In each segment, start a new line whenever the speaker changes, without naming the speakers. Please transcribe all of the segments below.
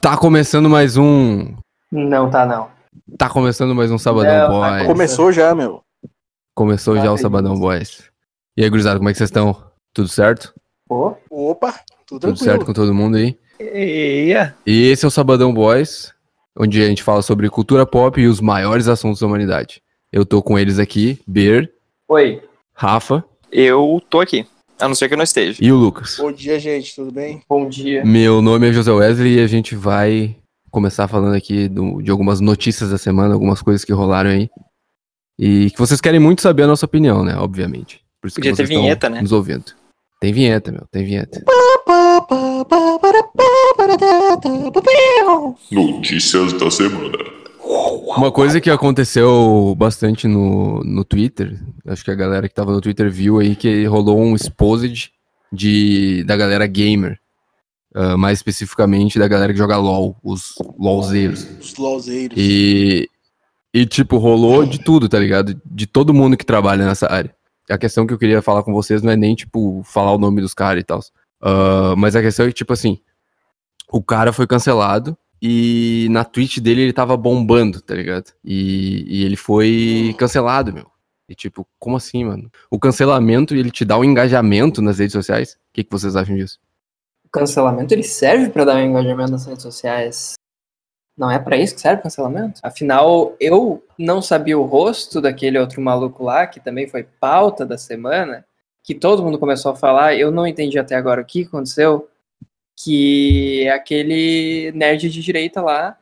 Tá começando mais um.
Não tá, não.
Tá começando mais um Sabadão
Não, tá
Boys.
come-
Começou já, meu.
Começou já
Ai,
o Sabadão Boys. E aí, gurizada, como é que vocês estão? Tudo certo?
Pô,
Opa, tudo
Tudo certo
tranquilo.
com todo mundo aí?
Eia.
E esse é o Sabadão Boys, onde a gente fala sobre cultura pop e os maiores assuntos da humanidade. Eu tô com eles aqui, Beer,
oi.
Rafa
Eu tô aqui. A não ser que eu não esteja.
e o Lucas.
Bom dia, gente, tudo bem?
Bom dia.
Meu nome é José Wesley e a gente vai começar falando aqui do- de algumas notícias da semana, algumas coisas que rolaram aí. E que vocês querem muito saber a nossa opinião, né? Obviamente. Por isso que
Podia ter
vocês tão
vinheta, né?
Nos ouvindo. Tem vinheta, meu, tem vinheta.
Notícias da semana.
Uma coisa que aconteceu bastante no, no Twitter, acho que a galera que tava no Twitter viu aí que rolou um exposed de, da galera gamer. Ah, mais especificamente da galera que joga LOL, os LOLzeiros.
Os lozeiros.
E, e, tipo, rolou de tudo, tá ligado? De todo mundo que trabalha nessa área. A questão que eu queria falar com vocês não é nem, tipo, falar o nome dos caras e tal. mas a questão é que, tipo assim, o cara foi cancelado e na Twitch dele ele tava bombando, tá ligado? E, e ele foi cancelado, meu. E tipo, como assim, mano? O cancelamento, ele te dá um engajamento nas redes sociais? O que, que vocês acham disso?
O cancelamento ele serve pra dar um engajamento nas redes sociais. Não é pra isso que serve o cancelamento? Afinal, eu não sabia o rosto daquele outro maluco lá, que também foi pauta da semana, que todo mundo começou a falar, eu não entendi até agora o que aconteceu, que é aquele nerd de direita lá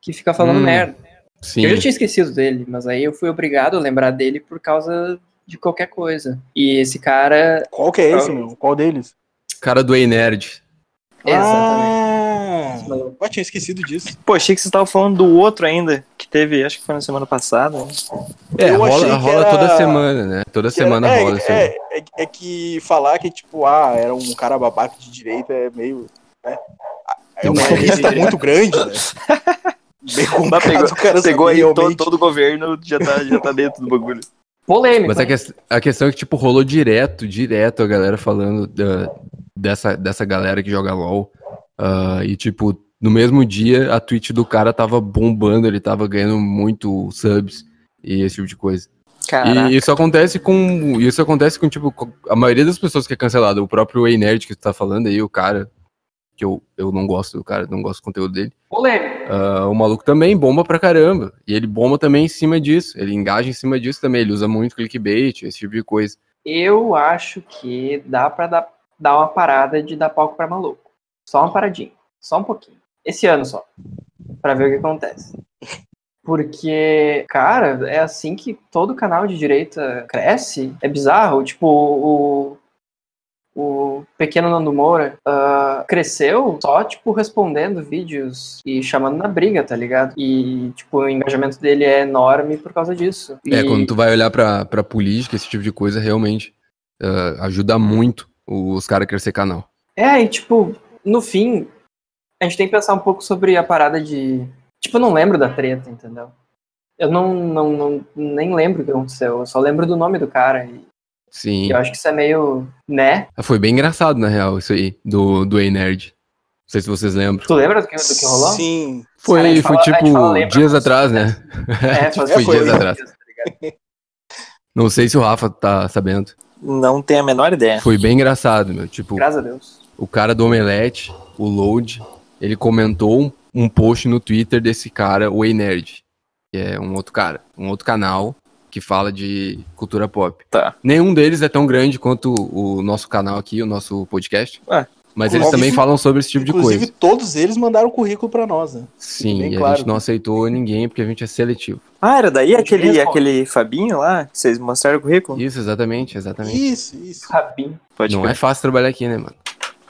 que fica falando
Hum,
merda.
Sim.
Eu já tinha esquecido dele, mas aí eu fui obrigado a lembrar dele por causa de qualquer coisa. E esse cara.
Qual que é esse, meu? Qual deles?
Cara do Ei Nerd.
Exatamente. Esse
Exatamente.
maluco.
Ah, eu tinha esquecido disso.
Pô, achei que vocês estavam falando do outro ainda, que teve, acho que foi na semana passada.
É,
Eu achei
rola,
que
rola
era-
toda semana, né? Toda
Que
semana
é,
rola. isso aí.
é, é, é que falar que, tipo, ah, era um cara babaca de direita é meio. né? É uma
Demais.
lista muito grande, né? Bem
Mas
complicado,
pegou-
o cara
Pegou
saber
aí to-
realmente.
todo o governo, já tá, já tá dentro do bagulho.
Polêmico.
Mas a, ques- a questão é que, tipo, rolou direto, direto a galera falando da- dessa, dessa galera que joga LOL. Ah, e, tipo, no mesmo dia, a Twitch do cara tava bombando, ele tava ganhando muito subs e esse tipo de coisa.
Caraca.
E isso acontece com. Isso acontece com, tipo, com a maioria das pessoas que é cancelada. O próprio Ei Nerd que tu tá falando aí, o cara. Que eu, eu não gosto do cara, não gosto do conteúdo dele.
Polêmico.
Ah, o maluco também bomba pra caramba. E ele bomba também em cima disso. Ele engaja em cima disso também. Ele usa muito clickbait, esse tipo de coisa.
Eu acho que dá pra dar, dar uma parada de dar palco pra maluco. Só uma paradinha. Só um pouquinho. Esse ano só. Pra ver o que acontece. Porque, cara, é assim que todo canal de direita cresce. É bizarro. Tipo, o. O pequeno Nando Moura ah, cresceu só, tipo, respondendo vídeos e chamando na briga, tá ligado? E, tipo, o engajamento dele é enorme por causa disso.
É,
E-
quando tu vai olhar pra, pra política, esse tipo de coisa, realmente ah, ajuda muito os caras a crescer canal.
É, e tipo, no fim, a gente tem que pensar um pouco sobre a parada de. Tipo, eu não lembro da treta, entendeu? Eu não, não, não nem lembro o que aconteceu, eu só lembro do nome do cara. E
Sim.
eu acho que isso é meio. né?
Ah, Foi bem engraçado, na real, isso aí, do, do Ei Nerd. Não sei se vocês lembram.
Tu lembra do que, do que rolou?
Sim.
Foi,
Cara, a gente
foi
fala- a gente
tipo
fala, lembra,
dias
mas-
atrás, né?
É,
tipo,
faz-
foi
foi
dias
isso.
atrás.
tá ligado?
Não sei se o Rafa tá sabendo.
Não tenho a menor
É.
ideia.
Foi bem engraçado, meu. Tipo,
Graças a Deus.
o cara do Omelete, o Load, ele comentou um, um post no Twitter desse cara, o Ei Nerd, que é um outro cara, um outro canal que fala de cultura pop.
Tá.
Nenhum deles é tão grande quanto o nosso canal aqui, o nosso podcast.
Ué.
Mas eles
É. Inclusive-
também falam sobre esse tipo de
Inclusive,
coisa.
todos eles mandaram currículo pra nós, né?
Sim, e
bem
a
claro.
gente não aceitou ninguém porque a gente é seletivo.
Ah, era daí aquele,
Mesmo?
aquele Fabinho lá, que vocês mostraram o currículo?
Isso, exatamente, exatamente.
Isso, isso.
Rabinho.
Pode
Não
crer.
é fácil trabalhar aqui, né, mano?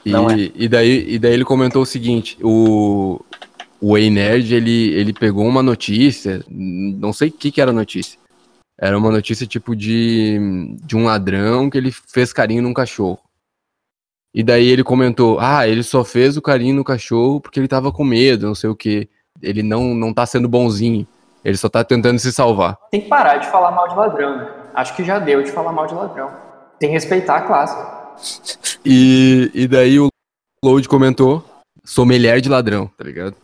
E,
Não é.
e, daí, e daí ele comentou o seguinte: o, o Ei Nerd ele, ele pegou uma notícia, n- não sei o que, que era a notícia. Era uma notícia tipo de, de um ladrão que ele fez carinho num cachorro. E daí ele comentou: ah, ele só fez o carinho no cachorro porque ele tava com medo, não sei o que. Ele não, não tá sendo bonzinho. Ele só tá tentando se salvar.
Tem que parar de falar mal de ladrão, né? Acho que já deu de falar mal de ladrão. Tem que respeitar a classe.
E, e daí o Load comentou sommelier de ladrão, tá ligado?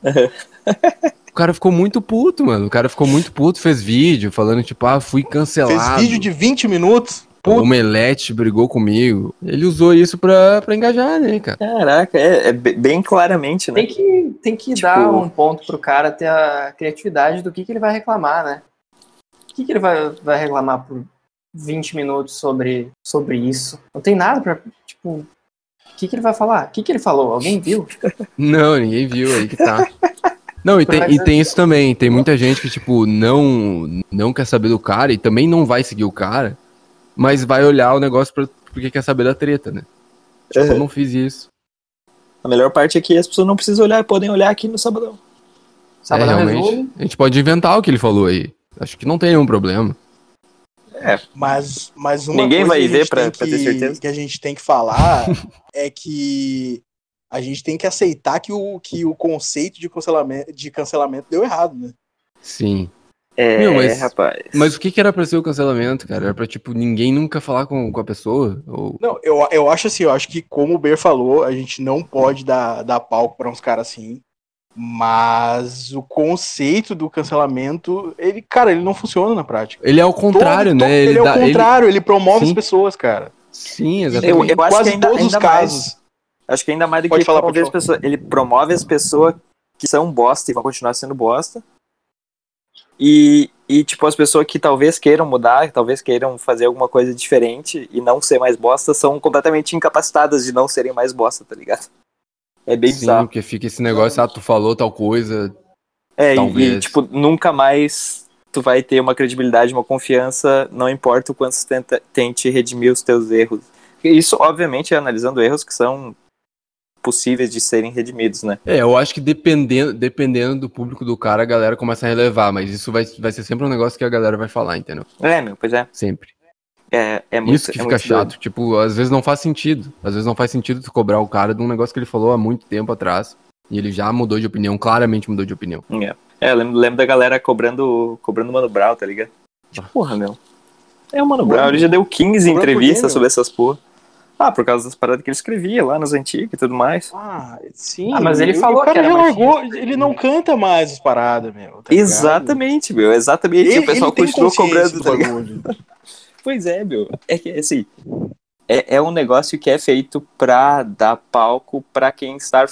o cara ficou muito puto, mano. O cara ficou muito puto, fez vídeo falando, tipo, ah, fui cancelado.
Fez vídeo de 20 minutos.
O Omelete brigou comigo. Ele usou isso pra, pra engajar, né, cara?
Caraca, é, é be- bem claramente, né?
Tem que, tem que
Tipo-
dar um ponto pro cara ter a criatividade do que, que ele vai reclamar, né? O que, que ele vai, vai reclamar por 20 minutos sobre, sobre isso? Não tem nada pra. Tipo, o que, que ele vai falar? O que, que ele falou? Alguém viu?
Não, ninguém viu aí que tá. Não, e tem, e tem isso também. Tem muita gente que, tipo, não, não quer saber do cara e também não vai seguir o cara, mas vai olhar o negócio pra, porque quer saber da treta, né?
É.
Tipo, eu não fiz isso.
A melhor parte é que as pessoas não precisam olhar, podem olhar aqui no sabadão.
É,
Sabadão
realmente.
resumo.
A gente pode inventar o que ele falou aí. Acho que não tem nenhum problema.
Mas, mas uma
Ninguém
coisa
vai
que a
ver
gente
pra-
tem
pra ter
que-
certeza.
Que a gente tem que falar é que a gente tem que aceitar que o, que o conceito de cancelamento, de cancelamento deu errado, né?
Sim.
É,
Meu, mas-
rapaz.
Mas o que, que era pra ser o cancelamento, cara? Era pra, tipo, ninguém nunca falar com, com a pessoa? Ou...
Não, eu, eu acho assim, eu acho que como o Ber falou, a gente não pode dar, dar palco pra uns caras assim. Mas o conceito do cancelamento, ele, cara, ele não funciona na prática.
Ele é o contrário,
Todo-
né?
todo- Ele, é o
dá-
contrário, é ele, promove
Sim.
as pessoas, cara.
Sim,
Eu,
exatamente.
eu acho que
Quase
ainda,
todos os
ainda mais-
casos.
Acho que ainda mais do que
Pode falar,
promover
pode
as pessoas. Ele promove as pessoas que são bosta e vão continuar sendo bosta. E, e tipo, as pessoas que talvez queiram mudar, que talvez queiram fazer alguma coisa diferente e não ser mais bosta, são completamente incapacitadas de não serem mais bosta, tá ligado? É bem
Sim,
bizarro.
porque fica esse negócio, ah, tu falou tal coisa,
É, e-
talvez.
e, tipo, nunca mais tu vai ter uma credibilidade, uma confiança, não importa o quanto tu tenta, tente redimir os teus erros. Isso, obviamente, é analisando erros que são possíveis de serem redimidos, né?
É, eu acho que dependendo, dependendo do público do cara, a galera começa a relevar, mas isso vai, vai ser sempre um negócio que a galera vai falar, entendeu?
É, meu, pois é.
Sempre.
É, é muito,
isso que
é
fica
muito
chato.
doido.
Tipo, às vezes não faz sentido. Às vezes não faz sentido tu cobrar o cara de um negócio que ele falou há muito tempo atrás. E ele já mudou de opinião, claramente mudou de opinião.
É, eu lembro, lembro da galera cobrando, cobrando o Mano Brown, tá ligado?
Ah.
Tipo, porra, meu. É o Mano Brown, ele já deu 15
Cobrando por quê, meu?
entrevistas sobre essas porra. Ah, por causa das paradas que ele escrevia lá nas antigas e tudo mais.
Ah, sim.
Ah, mas ele
o-
falou
o cara
que era
já
machista.
largou, ele não canta mais as paradas, meu. tá ligado?
exatamente, meu, exatamente.
Ele,
o pessoal
ele tem
continuou
consciência
cobrando,
do
tá ligado?
bagulho.
Pois é, meu. É que, assim, é, é um negócio que é feito pra dar palco pra quem está,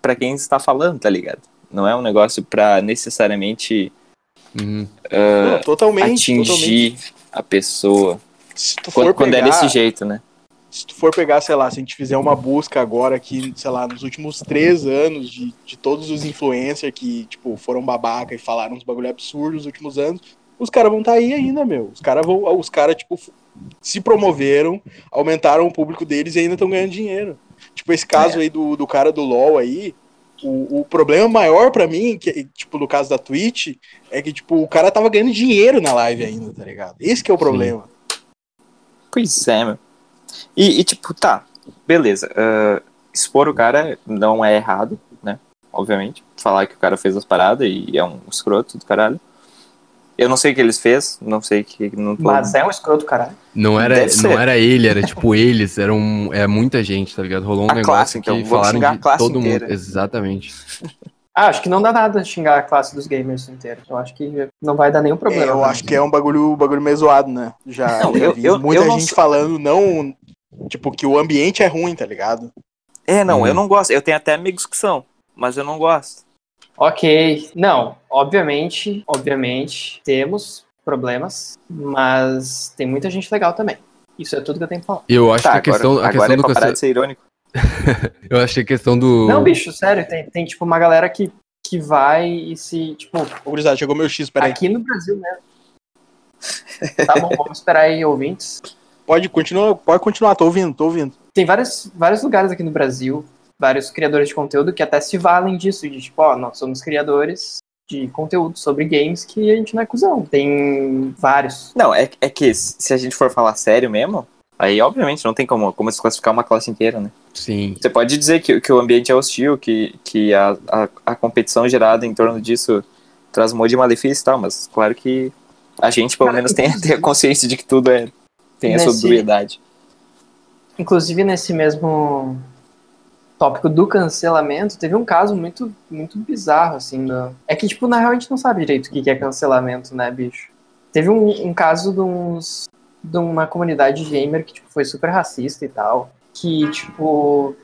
pra quem está falando, tá ligado? Não é um negócio pra necessariamente
Uhum.
É,
Não, totalmente. totalmente.
atingir a pessoa.
Se tu for
Quando, quando é
pegar-
desse jeito, né?
se tu for pegar, sei lá, se a gente fizer uma busca agora aqui, sei lá, nos últimos três anos de, de todos os influencers que, tipo, foram babaca e falaram uns bagulho absurdo nos últimos anos, os caras vão estar aí ainda, meu. Os caras vão, os caras, tipo, f- se promoveram, aumentaram o público deles e ainda estão ganhando dinheiro. Tipo, esse caso aí do, do cara do LoL aí, o, o problema maior pra mim, que, tipo, no caso da Twitch, é que, tipo, o cara tava ganhando dinheiro na live ainda, tá ligado? Esse que é o problema.
Pois é, meu. E, e, tipo, tá, beleza. ah, expor o cara não é errado, né? Obviamente. Falar que o cara fez as paradas e é um escroto do caralho. Eu não sei o que eles fez, não sei que. Não tô...
Mas é um escroto, caralho.
Não era,
Deve
não
ser.
era ele, era tipo eles, era, um, era muita gente, tá ligado? Rolou um
A
negócio
classe, então,
que
vou
falaram
xingar
de
a classe
todo mundo.
inteira.
Exatamente.
Ah, acho que não dá nada xingar a classe dos gamers inteira. Eu acho que não vai dar nenhum problema.
É, eu
né?
acho que é um bagulho, bagulho meio zoado, né? Já,
Não,
já
eu-
vi
eu-
muita
eu não
gente
sou-
falando não, tipo, que o ambiente é ruim, tá ligado?
É, não,
Uhum.
eu não gosto. Eu tenho até amigos que são, mas eu não gosto.
Ok. Não, obviamente, obviamente, temos problemas, mas tem muita gente legal também. Isso é tudo que eu tenho pra falar.
Eu acho
tá,
que a questão,
agora,
a questão
agora é
do
pra parar
cancel...
de ser irônico.
Eu acho que a questão do.
Não, bicho, sério, tem, tem tipo uma galera que, que vai e se, tipo,
Ô, gurizada, chegou meu X, peraí.
aqui no Brasil mesmo. Tá bom, vamos esperar aí, ouvintes.
Pode continuar, pode continuar, tô ouvindo, tô ouvindo.
Tem vários, vários lugares aqui no Brasil, vários criadores de conteúdo que até se valem disso, de tipo, ó, nós somos criadores de conteúdo sobre games que a gente não é cuzão. Tem vários.
Não, é, é que se a gente for falar sério mesmo, aí obviamente não tem como, como desclassificar uma classe inteira, né?
Sim.
Você pode dizer que, que o ambiente é hostil, que, que a, a, a competição gerada em torno disso traz um monte de malefício e tal, mas claro que a gente, pelo
Cara,
menos, tem,
inclusive-
tem a consciência de que tudo é, tem essa
Nesse-
dualidade.
Inclusive nesse mesmo tópico do cancelamento, teve um caso muito, muito bizarro, assim. da- É que, tipo, na real a gente não sabe direito o que que é cancelamento, né, bicho? Teve um, um caso de, uns, de uma comunidade gamer que tipo, foi super racista e tal, que, tipo,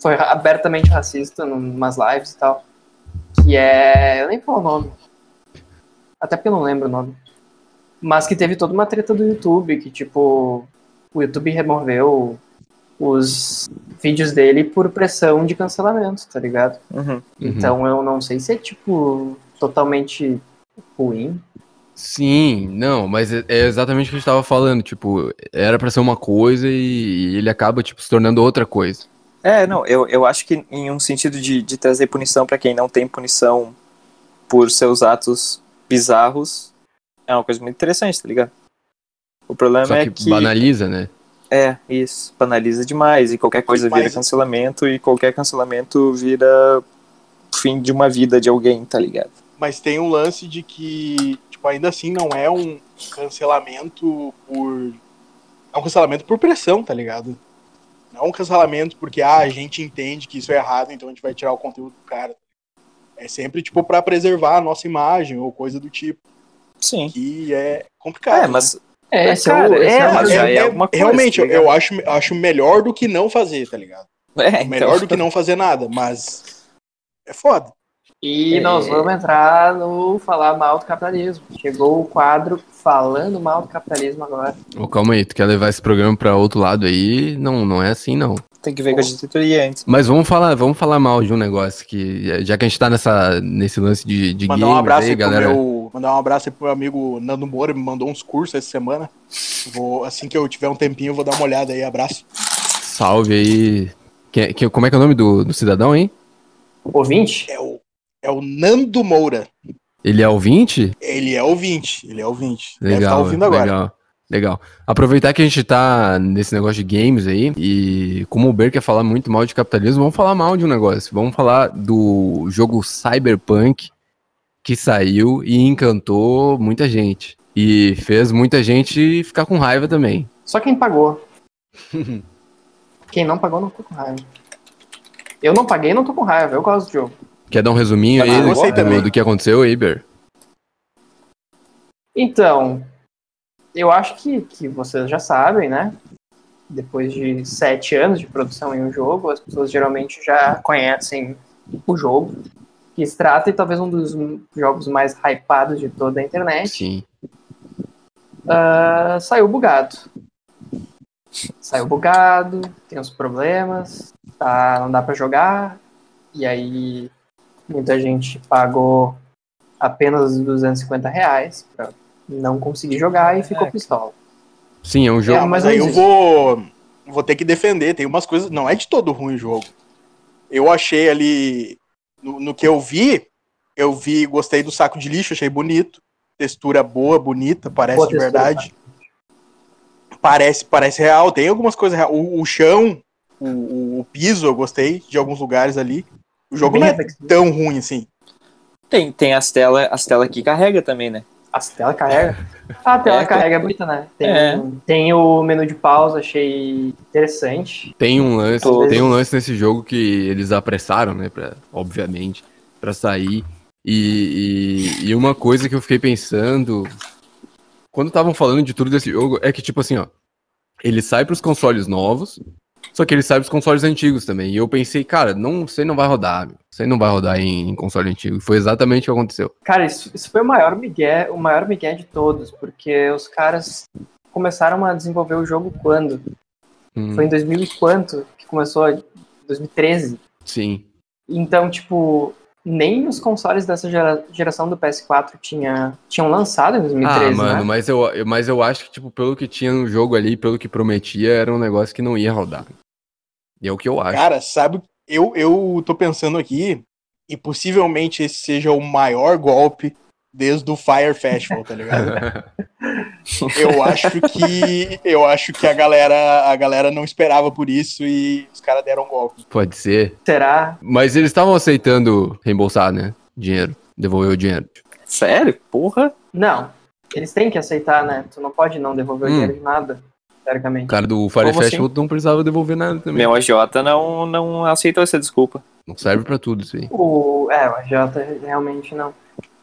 foi abertamente racista numas lives e tal, que é... eu nem falo o nome. Até porque eu não lembro o nome. Mas que teve toda uma treta do YouTube, que, tipo, o YouTube removeu os vídeos dele por pressão de cancelamento, tá ligado?
Uhum.
Então eu não sei se é, tipo, totalmente ruim.
Sim, não, mas é é exatamente o que a gente tava falando, tipo, era pra ser uma coisa e, e ele acaba, tipo, se tornando outra coisa.
É, não, eu, eu acho que em um sentido de, de trazer punição pra quem não tem punição por seus atos bizarros, é uma coisa muito interessante, tá ligado? O problema
Só
é
que,
que.
banaliza, né?
É, isso. Banaliza demais. E qualquer coisa
Mas-
vira cancelamento. E qualquer cancelamento vira fim de uma vida de alguém, tá ligado?
Mas tem um lance de que, tipo, ainda assim não é um cancelamento por. É um cancelamento por pressão, tá ligado? Não é um cancelamento porque ah, a gente entende que isso é errado, então a gente vai tirar o conteúdo do cara. É sempre, tipo, pra preservar a nossa imagem ou coisa do tipo,
Sim.
que é complicado.
É, mas.
É,
É,
esse é, o,
cara,
esse é,
é,
o-
mas já é alguma coisa,
Realmente,
tá
eu,
ligado?
eu acho, acho melhor do que não fazer, tá ligado?
É, então.
Melhor
tá-
do que não fazer nada, mas é foda.
E nós vamos entrar no falar mal do capitalismo. Chegou o quadro falando mal do capitalismo agora.
Ô, calma aí, tu quer levar esse programa pra outro lado aí? Não, não é assim, não.
Tem que ver com a diretoria antes.
Mas vamos falar, vamos falar mal de um negócio que, já que a gente tá nessa, nesse lance de, de
Mandar um
games
abraço
aí,
aí pro
galera.
meu, mandar um abraço aí pro meu amigo Nando Moura, me mandou uns cursos essa semana. Vou, assim que eu tiver um tempinho, eu vou dar uma olhada aí, abraço.
Salve aí. Que, que- como é que é o nome do, do cidadão, hein?
Ouvinte?
É o, é o Nando Moura.
Ele é ouvinte?
Ele é ouvinte, ele é ouvinte. Deve estar
Legal,
ouvindo agora.
legal. Legal. Aproveitar que a gente tá nesse negócio de games aí, e como o Ber quer falar muito mal de capitalismo, vamos falar mal de um negócio. Vamos falar do jogo Cyberpunk, que saiu e encantou muita gente. E fez muita gente ficar com raiva também.
Só quem pagou. quem não pagou não ficou com raiva. Eu não paguei não tô com raiva, eu gosto do jogo.
Quer dar um resuminho
Ah,
aí
eu sei
do,
também.
do que aconteceu aí, Ber?
Então, eu acho que, que vocês já sabem, né? Depois de sete anos de produção em um jogo, as pessoas geralmente já conhecem o jogo, que se trata e talvez um dos jogos mais hypados de toda a internet.
Sim.
Ah, saiu bugado. Saiu bugado, tem uns problemas, tá, não dá pra jogar. E aí muita gente pagou apenas 250 reais pra não conseguir jogar e ficou pistola.
Sim, é um
Ah,
jogo.
mas
mais ou
aí eu
menos
vou, vou ter que defender. Tem umas coisas. Não é de todo ruim o jogo. Eu achei ali. No, no que eu vi, eu vi, gostei do saco de lixo, achei bonito. Textura boa, bonita, parece
Boa
de
textura, né?
verdade. Parece, parece real, tem algumas coisas real. O, o chão, o, o- o piso, eu gostei de alguns lugares ali. O jogo não é
reflexivo.
tão ruim assim.
Tem, tem as telas as tela que carrega também, né?
As tela carrega. Ah, a tela
É,
carrega é bonita, né? Tem,
É.
tem o menu de pausa, achei interessante.
Tem um lance,
Todos.
tem um lance nesse jogo que eles apressaram, né, pra, obviamente, pra sair. E, e, e uma coisa que eu fiquei pensando quando estavam falando de tudo desse jogo é que tipo assim, ó, ele sai pros consoles novos, só que ele sai pros consoles antigos também. E eu pensei, cara, não, sei não vai rodar, meu. Isso aí não vai rodar em, em console antigo. E foi exatamente o que aconteceu.
Cara, isso, isso foi o maior migué, o maior migué de todos, porque os caras começaram a desenvolver o jogo quando?
Hum,
Foi em 2000 e quanto que começou? 2013.
Sim.
Então, tipo, nem os consoles dessa gera- geração do PS4 tinha, tinham lançado em 2013,
Ah, mano,
né?
mas, eu, eu- mas eu acho que, tipo, pelo que tinha no jogo ali, pelo que prometia, era um negócio que não ia rodar. E é o que eu acho.
Cara, sabe, eu, eu tô pensando aqui, e possivelmente esse seja o maior golpe desde o Fire Festival, tá ligado? Eu acho que eu acho que a galera a galera não esperava por isso e os caras deram um golpe.
Pode ser.
Será?
Mas eles estavam aceitando reembolsar, né? Dinheiro. Devolver o dinheiro.
Sério? Porra.
Não. Eles têm que aceitar, né? Tu não pode não devolver
Hum.
o dinheiro de nada.
O
teoricamente.
cara do Fire
Como
Festival não precisava devolver nada também.
Meu agiota não, não aceitou essa desculpa.
Não serve pra tudo isso aí.
O, é, o AJ realmente não.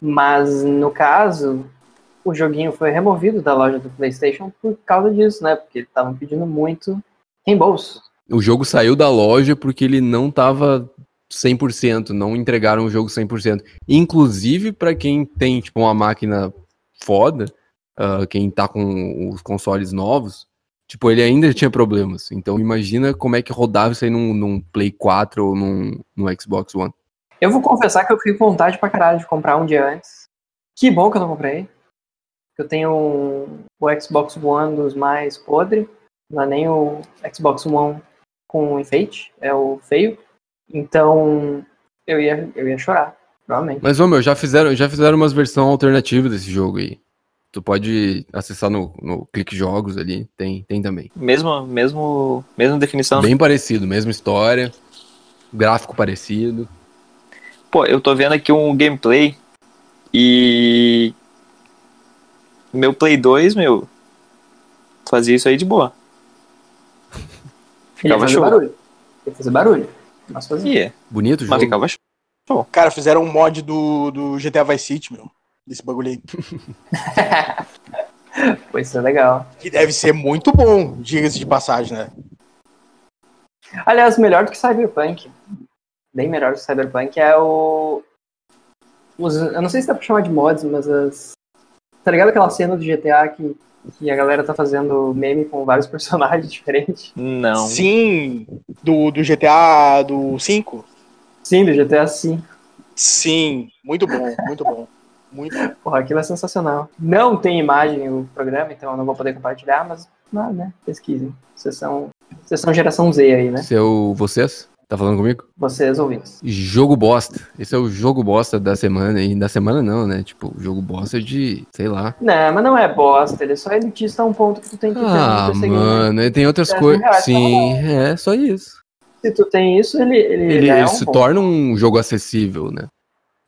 Mas no caso, o joguinho foi removido da loja do PlayStation por causa disso, né? Porque estavam pedindo muito reembolso.
O jogo saiu da loja porque ele não tava 100%, não entregaram o jogo 100%. Inclusive, pra quem tem, tipo, uma máquina foda, ah, quem tá com os consoles novos, tipo, ele ainda tinha problemas. Então, imagina como é que rodava isso aí num, num Play 4 ou num, num Xbox One.
Eu vou confessar que eu fiquei com vontade pra caralho de comprar um dia antes. Que bom que eu não comprei. Eu tenho um- o Xbox One dos mais podre. Não é nem o Xbox One com enfeite, é o feio. Então eu ia, eu ia chorar, provavelmente.
Mas, ô meu, já fizeram, já fizeram umas versões alternativas desse jogo aí. Tu pode acessar no, no Clique Jogos ali, tem, tem também.
Mesmo, mesmo, mesma definição.
Bem parecido, mesma história, gráfico parecido.
Pô, eu tô vendo aqui um gameplay e. Meu Play 2, meu. Fazia isso aí de boa.
Ele ia
Ficava
fazer
chorando.
barulho. Ele ia fazer barulho. Mas fazia.
Ia,
Bonito o
é. mas
jogo.
ficava ch-
Cara, fizeram um mod do, do GTA Vice City, meu. Desse bagulho aí.
Pois isso é legal.
Que deve ser muito bom, diga-se de passagem, né?
Aliás, melhor do que Cyberpunk. Bem melhor do que Cyberpunk é o. os- eu não sei se dá pra chamar de mods, mas as. Tá ligado aquela cena do GTA que, que a galera tá fazendo meme com vários personagens diferentes?
Não.
Sim, do, do GTA do 5?
Sim, do GTA sim.
Sim, muito bom, muito bom. Muito bom.
Porra, aquilo é sensacional. Não tem imagem no programa, então eu não vou poder compartilhar, mas. Ah, né? Pesquisem. Vocês são, vocês são geração Z aí, né?
Seu, é vocês? Tá falando comigo?
Vocês ouvintes.
Jogo bosta. Esse é o jogo bosta da semana. E da semana não, né? Tipo, jogo bosta de, sei lá.
Não, mas não é bosta, ele é só elitista a um ponto que tu tem que entender
Ah,
no teu segmento.
mano, e tem outras
É,
coisas.
reais, tá
Sim, é só isso.
Se tu tem isso, ele, ele,
Ele,
já é
ele
um
se
ponto.
torna um jogo acessível, né?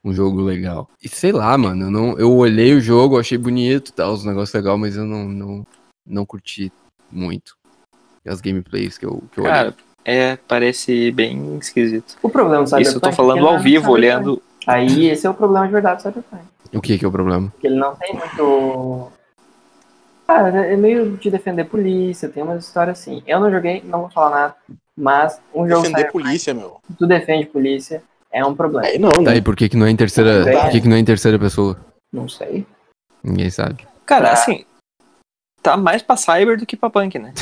Um jogo legal. E sei lá, mano, eu, não, eu olhei o jogo, achei bonito e tal, os negócios legais, mas eu não, não, não curti muito as gameplays que eu, que eu olhei.
Cara, é, parece bem esquisito.
O problema do Cyberpunk.
Isso eu tô
é que
falando
ele
ao
não é
vivo,
Cyberpunk.
olhando.
Aí esse é o problema de verdade do Cyberpunk.
O que que é o problema?
Porque ele não tem muito. Cara, é meio de defender polícia, tem umas histórias assim. Eu não joguei, não vou falar nada. Mas um jogo
Defender
Cyberpunk,
polícia, meu.
que tu defende polícia, é um problema.
Aí não,
Tá,
né?
e por que que não é em terceira,
Tá.
por que que não é em terceira pessoa?
Não sei.
Ninguém sabe.
Cara,
Tá.
assim. Tá mais pra cyber do que pra punk, né?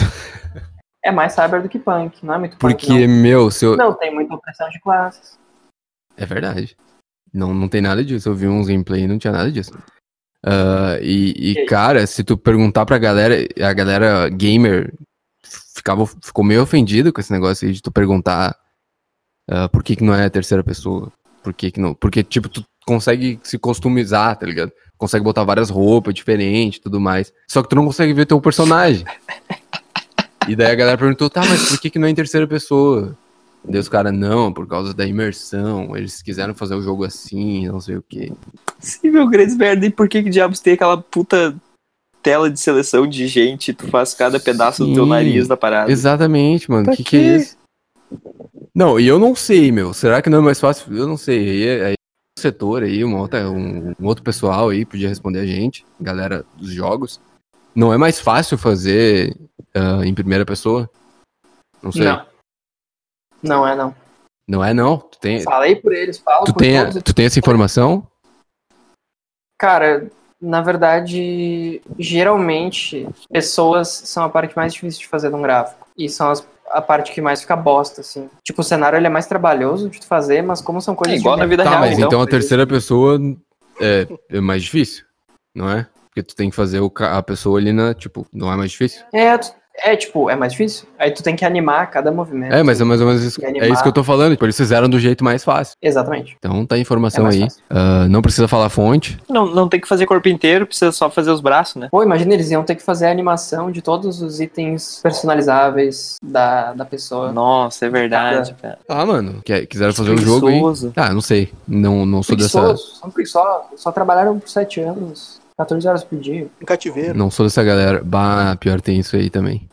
É mais cyber do que punk, não é muito punk,
Porque, meu, se eu,
não. Não tem muita opressão de classes.
É verdade. Não, não tem nada disso. Eu vi uns gameplay e não tinha nada disso. Ah, e, e,
E aí?
cara, se tu perguntar pra galera, a galera gamer ficava, ficou meio ofendida com esse negócio aí de tu perguntar ah, por que, que não é a terceira pessoa. Por que, que não? Porque, tipo, tu consegue se customizar, tá ligado? Consegue botar várias roupas diferentes e tudo mais. Só que tu não consegue ver teu personagem. e daí a galera perguntou, tá, mas por que, que não é em terceira pessoa? Daí os caras, não, por causa da imersão, eles quiseram fazer o jogo assim, não sei o quê.
Sim, meu grande merda, e por que que diabos tem aquela puta tela de seleção de gente e tu faz cada pedaço do teu
Sim.
nariz da parada?
Exatamente, mano, o
Tá. Pra
que, que é
quê?
isso? Não, e eu não sei, meu, será que não é mais fácil? Eu não sei, aí, é- aí é um setor aí, uma outra, um, um outro pessoal aí podia responder a gente, galera dos jogos. Não é mais fácil fazer ah, em primeira pessoa? Não sei. Não,
Não. Não é, não.
é não? Tu tem,
Falei por eles, falo
tu
por
tem,
todos.
tu tem essa informação?
Cara, na verdade, geralmente, pessoas são a parte mais difícil de fazer num gráfico. E são as- a parte que mais fica bosta, assim. Tipo, o cenário ele é mais trabalhoso de tu fazer, mas como são coisas
É igual na vida
Tá,
real,
mas
então.
então a terceira pessoa é, é mais difícil, não é? Porque tu tem que fazer o ca- a pessoa ali na, tipo, não é mais difícil?
É, tu- é, tipo, é mais difícil. Aí tu tem que animar cada movimento.
É, mas é mais ou menos isso,
E
é
animar.
isso que eu tô falando. Tipo, eles fizeram do jeito mais fácil.
Exatamente.
Então tá a
É
informação
mais
aí.
fácil.
Ah, não precisa falar a fonte.
Não, não tem que fazer corpo inteiro, precisa só fazer os braços, né?
Pô, imagina, eles iam ter que fazer a animação de todos os itens personalizáveis da, da pessoa.
Nossa, é verdade, cara.
Ah, mano, que- quiseram fazer o jogo aí.
Preguiçoso.
Ah, não sei. Não, não sou dessa.
Preguiçosos, são preguiçosos. Só trabalharam por sete anos 14 horas por dia.
Um cativeiro.
Não sou dessa galera. Bah, pior tem isso aí também.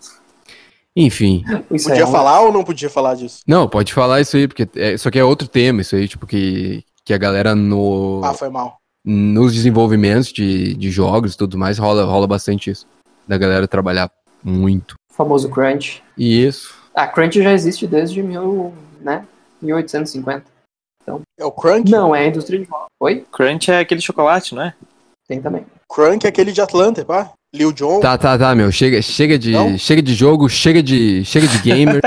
Enfim.
Isso
Podia
é um-
falar ou não podia falar disso?
Não, pode falar isso aí, porque é, isso aqui é outro tema, isso aí, tipo, que, que a galera no,
Ah, foi mal.
nos desenvolvimentos de, de jogos e tudo mais rola, rola bastante isso. Da galera trabalhar muito.
famoso crunch.
E isso.
A crunch já existe desde mil, né, 1850.
É o Crunk?
Não, é a indústria de moda. Oi?
Crunch é aquele chocolate, não é?
Tem também.
Crunk é aquele de Atlanta, pá. Lil Jon.
Tá, tá, tá, meu. Chega, chega, de,
Não?
chega de jogo, chega de, chega de gamer,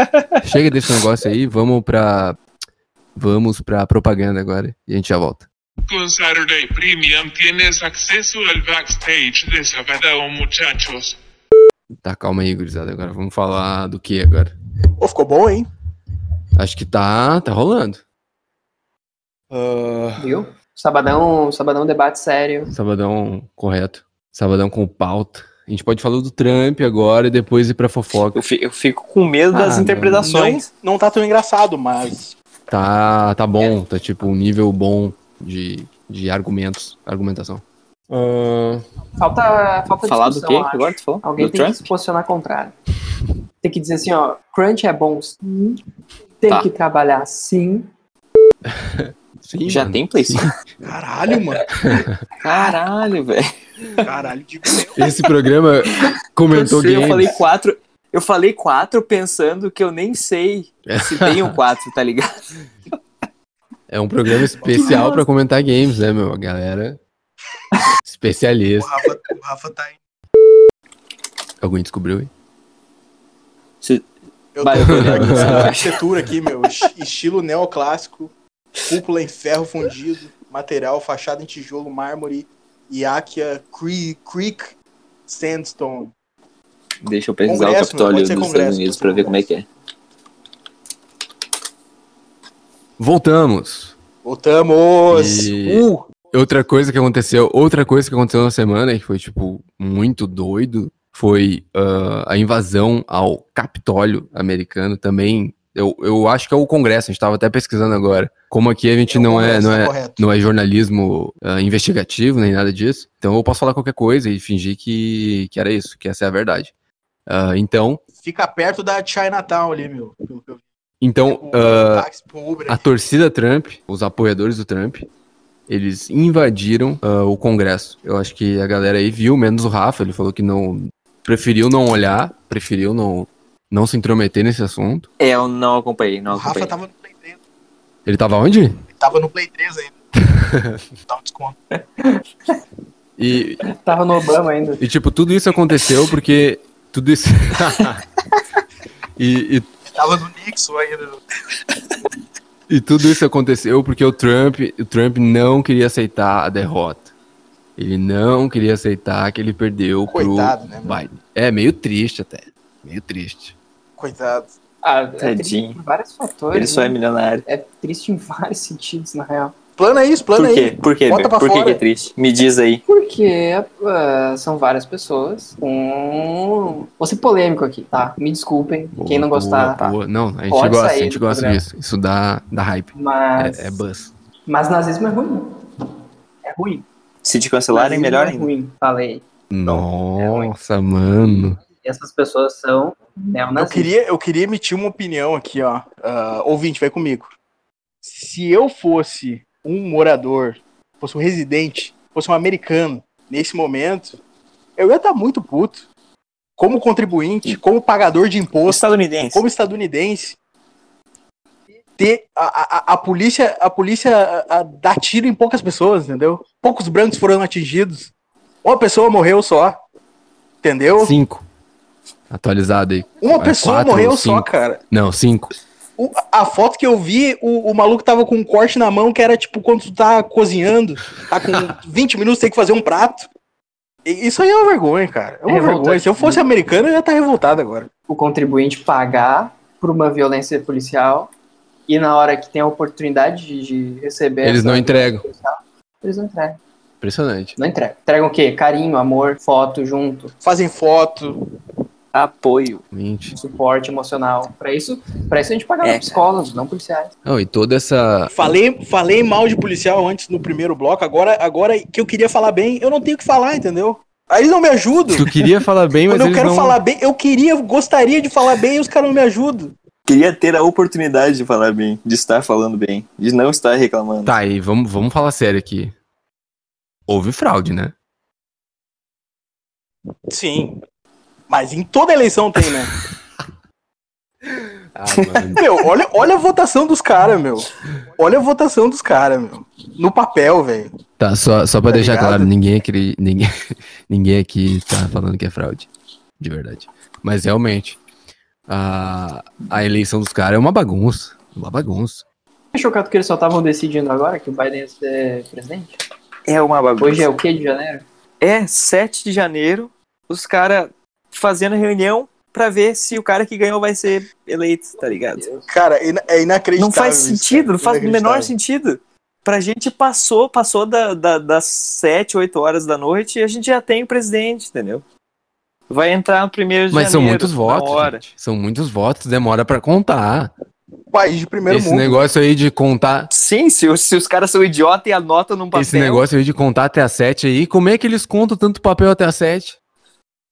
chega desse negócio aí. Vamos pra. Vamos pra propaganda agora e a gente já volta.
Con Saturday Premium tienes acceso al backstage de Sabadão, muchachos.
Tá, calma aí, gurizada. Agora vamos falar do que agora?
Ô, ficou bom, hein?
Acho que tá, tá rolando.
Ah,
Viu? Sabadão, sabadão debate sério.
Sabadão correto. Sabadão com pauta. A gente pode falar do Trump agora e depois ir pra fofoca.
Eu fi- eu fico com medo
Ah,
das
não.
interpretações.
Não tá tão engraçado, mas.
Tá, tá bom, tá tipo um nível bom de, de argumentos, argumentação. Ah,
Falta, falta
Falar do
discussão,
quê?
eu acho.
Agora tu falou?
Alguém
do
tem
Trump?
que se posicionar contrário. Tem que dizer assim, ó, crunch é bom sim, tem
Tá.
que trabalhar sim.
Sim,
Já
mano.
tem PlayStation.
Caralho, mano.
Caralho, velho.
Caralho, digo meu.
Esse programa comentou
Eu sei,
games.
Eu falei quatro. Eu falei quatro pensando que eu nem sei se tem o quatro, tá ligado?
É um programa especial pra comentar games, né, meu? A galera
O
especialista.
Rafa, o Rafa tá aí.
Alguém descobriu aí?
Eu
Vai,
tô
eu tô
olhando
olhando.
essa arquitetura aqui, meu. es- Estilo neoclássico, cúpula em ferro fundido, material, fachada em tijolo, mármore, Iaquia, Cree- Creek, Sandstone.
Deixa eu pesquisar o
Congresso,
Capitólio
pode
dos
ser
Estados
Congresso,
Unidos
pode
pra
ser
ver como é que é.
Voltamos.
Voltamos!
E-
Uh,
Outra coisa que aconteceu, outra coisa que aconteceu na semana, que foi, tipo, muito doido, foi ah, a invasão ao Capitólio americano também. Eu, eu acho que é o Congresso, a gente tava até pesquisando agora. Como aqui a gente
é o
não, é,
Congresso,
não,
tá
é,
correto.
não é jornalismo ah, investigativo nem nada disso, então eu posso falar qualquer coisa e fingir que, que era isso, que essa é a verdade. Ah, então,
Fica perto da Chinatown ali, meu. Pelo que eu vi.
então
Com
ah,
táxi, com Uber.
a torcida Trump, os apoiadores do Trump, eles invadiram ah, o Congresso. Eu acho que a galera aí viu, menos o Rafa, ele falou que não preferiu não olhar, preferiu não não se intrometer nesse assunto.
É, eu não acompanhei, não
O Rafa
acompanhei.
tava no Play 3.
Ele tava onde?
Ele tava no Play 3 ainda. Dá um desconto.
E,
Tava no Obama ainda.
e, tipo, tudo isso aconteceu porque tudo isso E- e
Ele tava no Nixon ainda.
E tudo isso aconteceu porque o Trump, o Trump não queria aceitar a derrota. Ele não queria aceitar que ele perdeu
Coitado, né,
pro
mano?
Biden. É meio triste até. Meio triste.
Coitado.
Ah, é triste
Tadinho.
por vários fatores.
Ele só é
né?
milionário.
é triste em vários sentidos, na real.
Plana isso, plana
Por quê?
aí.
Por quê?
Bota
Bia?
pra
Por que
fora.
que é triste? Me diz aí.
Porque ah, são várias pessoas com. Vou ser polêmico aqui, tá? Me desculpem, quem não
Boa,
gostar,
tá.
boa, boa. Não, a gente
Pode
gosta, a
sair
gente
do
gosta
programa.
disso. Isso dá, dá hype.
mas.
É, é buzz.
Mas nazismo é ruim. É ruim.
Se te cancelarem,
Nazismo
melhor
é
ainda.
ruim, falei.
Nossa, mano.
E essas pessoas são
Eu
neonazistas.
queria, eu queria emitir uma opinião aqui, ó. Ah, ouvinte, vai comigo. Se eu fosse um morador, fosse um residente, fosse um americano nesse momento, eu ia estar muito puto. Como contribuinte, como pagador de
O
imposto,
estadunidense.
como estadunidense, ter a, a, a polícia, a polícia a, a, dá tiro em poucas pessoas, entendeu? Poucos brancos foram atingidos. Uma pessoa morreu só. Entendeu?
Cinco. Atualizado aí.
Uma
É
pessoa
quatro ou
morreu só,
cinco?
cara.
Não, cinco.
O- a foto que eu vi, o, o maluco tava com um corte na mão que era tipo quando tu tá cozinhando, tá com 20 minutos, tem que fazer um prato. E- Isso aí é uma vergonha, cara. É uma
É revoltante.
vergonha. Se eu fosse americano, eu ia estar revoltado agora.
o contribuinte pagar por uma violência policial e na hora que tem a oportunidade de, de receber.
Eles
essa
não entregam.
policial, Eles não entregam.
Impressionante.
Não entregam. Entregam o quê? Carinho, amor, foto junto.
Fazem foto,
Apoio.
Mente.
suporte emocional. Pra isso, pra isso a gente paga
É.
psicólogos, não policiais.
Não, e toda essa.
Falei, falei mal de policial antes no primeiro bloco, agora, agora que eu queria falar bem, eu não tenho o que falar, entendeu? Aí eles não me ajudam.
Tu queria falar bem, mas
Quando eu
eles
quero
não...
falar bem, eu queria, eu gostaria de falar bem e os caras não me ajudam.
Queria ter a oportunidade de falar bem, de estar falando bem, de não estar reclamando.
Tá, e vamos, vamos falar sério aqui. Houve fraude, né?
Sim. Mas em toda eleição tem, né?
Ah, mano.
meu, olha, olha a votação dos caras, meu. Olha a votação dos caras, meu. No papel, velho.
Tá, só, só pra
Tá
deixar
ligado?
claro, ninguém aqui, ninguém, ninguém aqui tá falando que é fraude. De verdade. Mas realmente, a, a eleição dos caras é uma bagunça. Uma bagunça.
Fiquei chocado que eles só estavam decidindo agora que o Biden ia ser presidente.
É uma bagunça.
Hoje é o que de janeiro?
É 7 de janeiro, os caras fazendo reunião pra ver se o cara que ganhou vai ser eleito, tá ligado?
Cara, é ina- é inacreditável.
Não faz
isso,
sentido,
cara.
não faz o menor
Inacreditável.
sentido. Pra gente passou, passou da, da- das 7, 8 horas da noite e a gente já tem o presidente, entendeu? Vai entrar no primeiro de
Mas são
janeiro,
muitos
na
votos.
hora.
gente. São muitos votos, demora pra contar.
País de primeiro
Esse
mundo.
negócio aí de contar.
Sim, se, os- se os caras são idiotas e anotam num Um papel.
Esse negócio aí de contar até as 7 aí, como é que eles contam tanto papel até as 7?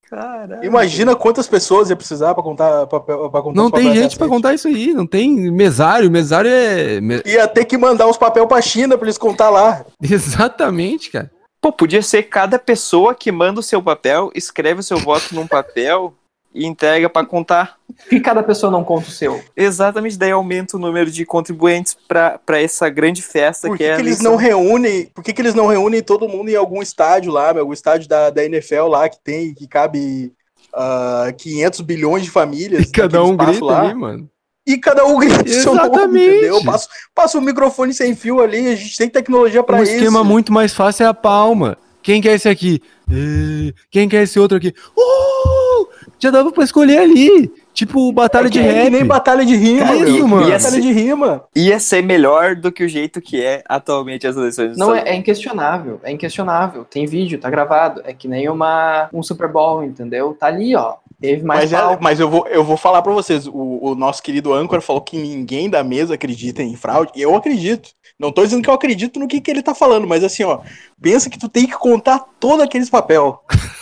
Caralho.
Imagina quantas pessoas ia precisar pra contar papel, pra contar
Não
os
tem
papéis
gente pra
dessa.
contar isso aí, não tem mesário, mesário é. me-
Ia ter que mandar os papel pra China pra eles contar lá.
Exatamente, cara.
Pô, podia ser cada pessoa que manda o seu papel, escreve o seu voto num papel e entrega pra contar.
Que cada pessoa não conta o seu.
Exatamente, daí aumenta o número de contribuintes pra pra essa grande festa
Por
que
que,
é.
que
a
eles
eleição.
não reúnem? Por que, que eles não reúnem todo mundo em algum estádio lá, meu? Algum estádio da, da NFL lá que tem, que cabe ah, 500 bilhões de famílias.
E cada um
naquele espaço
grita
lá.
ali, mano.
E cada um grita seu nome,
Exatamente.
entendeu? Passa, passa um microfone sem fio ali, a gente tem tecnologia pra
um
isso.
esquema muito mais fácil é a palma. Quem quer esse aqui? Eh, Quem quer esse outro aqui? Uh! Já dava pra escolher ali. Tipo batalha
É que
de
é que
rap.
nem batalha de rima,
É isso,
meu.
mano.
Batalha de rima.
Ia ser melhor do que o jeito que é atualmente as eleições. dos
Não,
Estados
é, é inquestionável, é inquestionável. Tem vídeo, tá gravado. É que nem uma, um Super Bowl, entendeu? Tá ali, ó. Teve mais
Mas, é-
palco.
mas eu, vou, eu vou falar pra vocês, o, o nosso querido âncora falou que ninguém da mesa acredita em fraude, eu acredito. Não tô dizendo que eu acredito no que, que ele tá falando, mas assim, ó, pensa que tu tem que contar todo aqueles papel.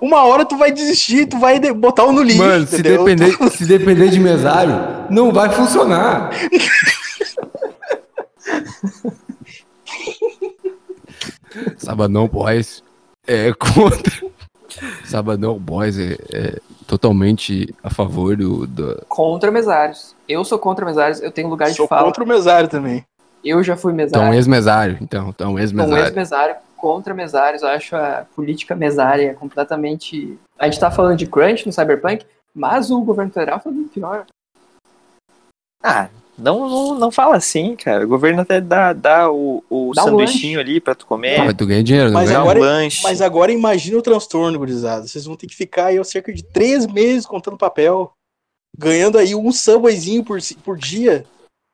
Uma hora tu vai desistir, tu vai de- botar um no lixo,
Mano, se
entendeu? Tipo
depender, se depender de mesário, não vai funcionar. Sabadão Boys é contra. Sabadão Boys é, é totalmente a favor do, do-
Contra mesários. Eu sou contra mesários, eu tenho lugar
Sou
de fala.
contra o mesário também.
Eu já fui
Então,
mesário.
ex-mesário. Então, então
Então,
ex-mesário.
ex-mesário contra mesários. Eu acho a política mesária completamente. A gente tá falando de crunch no Cyberpunk, mas o governo federal foi muito pior.
Ah, não, não, não fala assim, cara. O governo até dá, dá o, o
Dá um
sanduichinho ali pra tu
Ah,
comer,
mas tu ganha dinheiro, não
é. Mas
ganha?
dá
agora- é-
um lanche.
Mas agora imagina o transtorno, gurizada. Vocês vão ter que ficar aí ó, cerca de três meses contando papel, ganhando aí um subwayzinho por, si- por dia,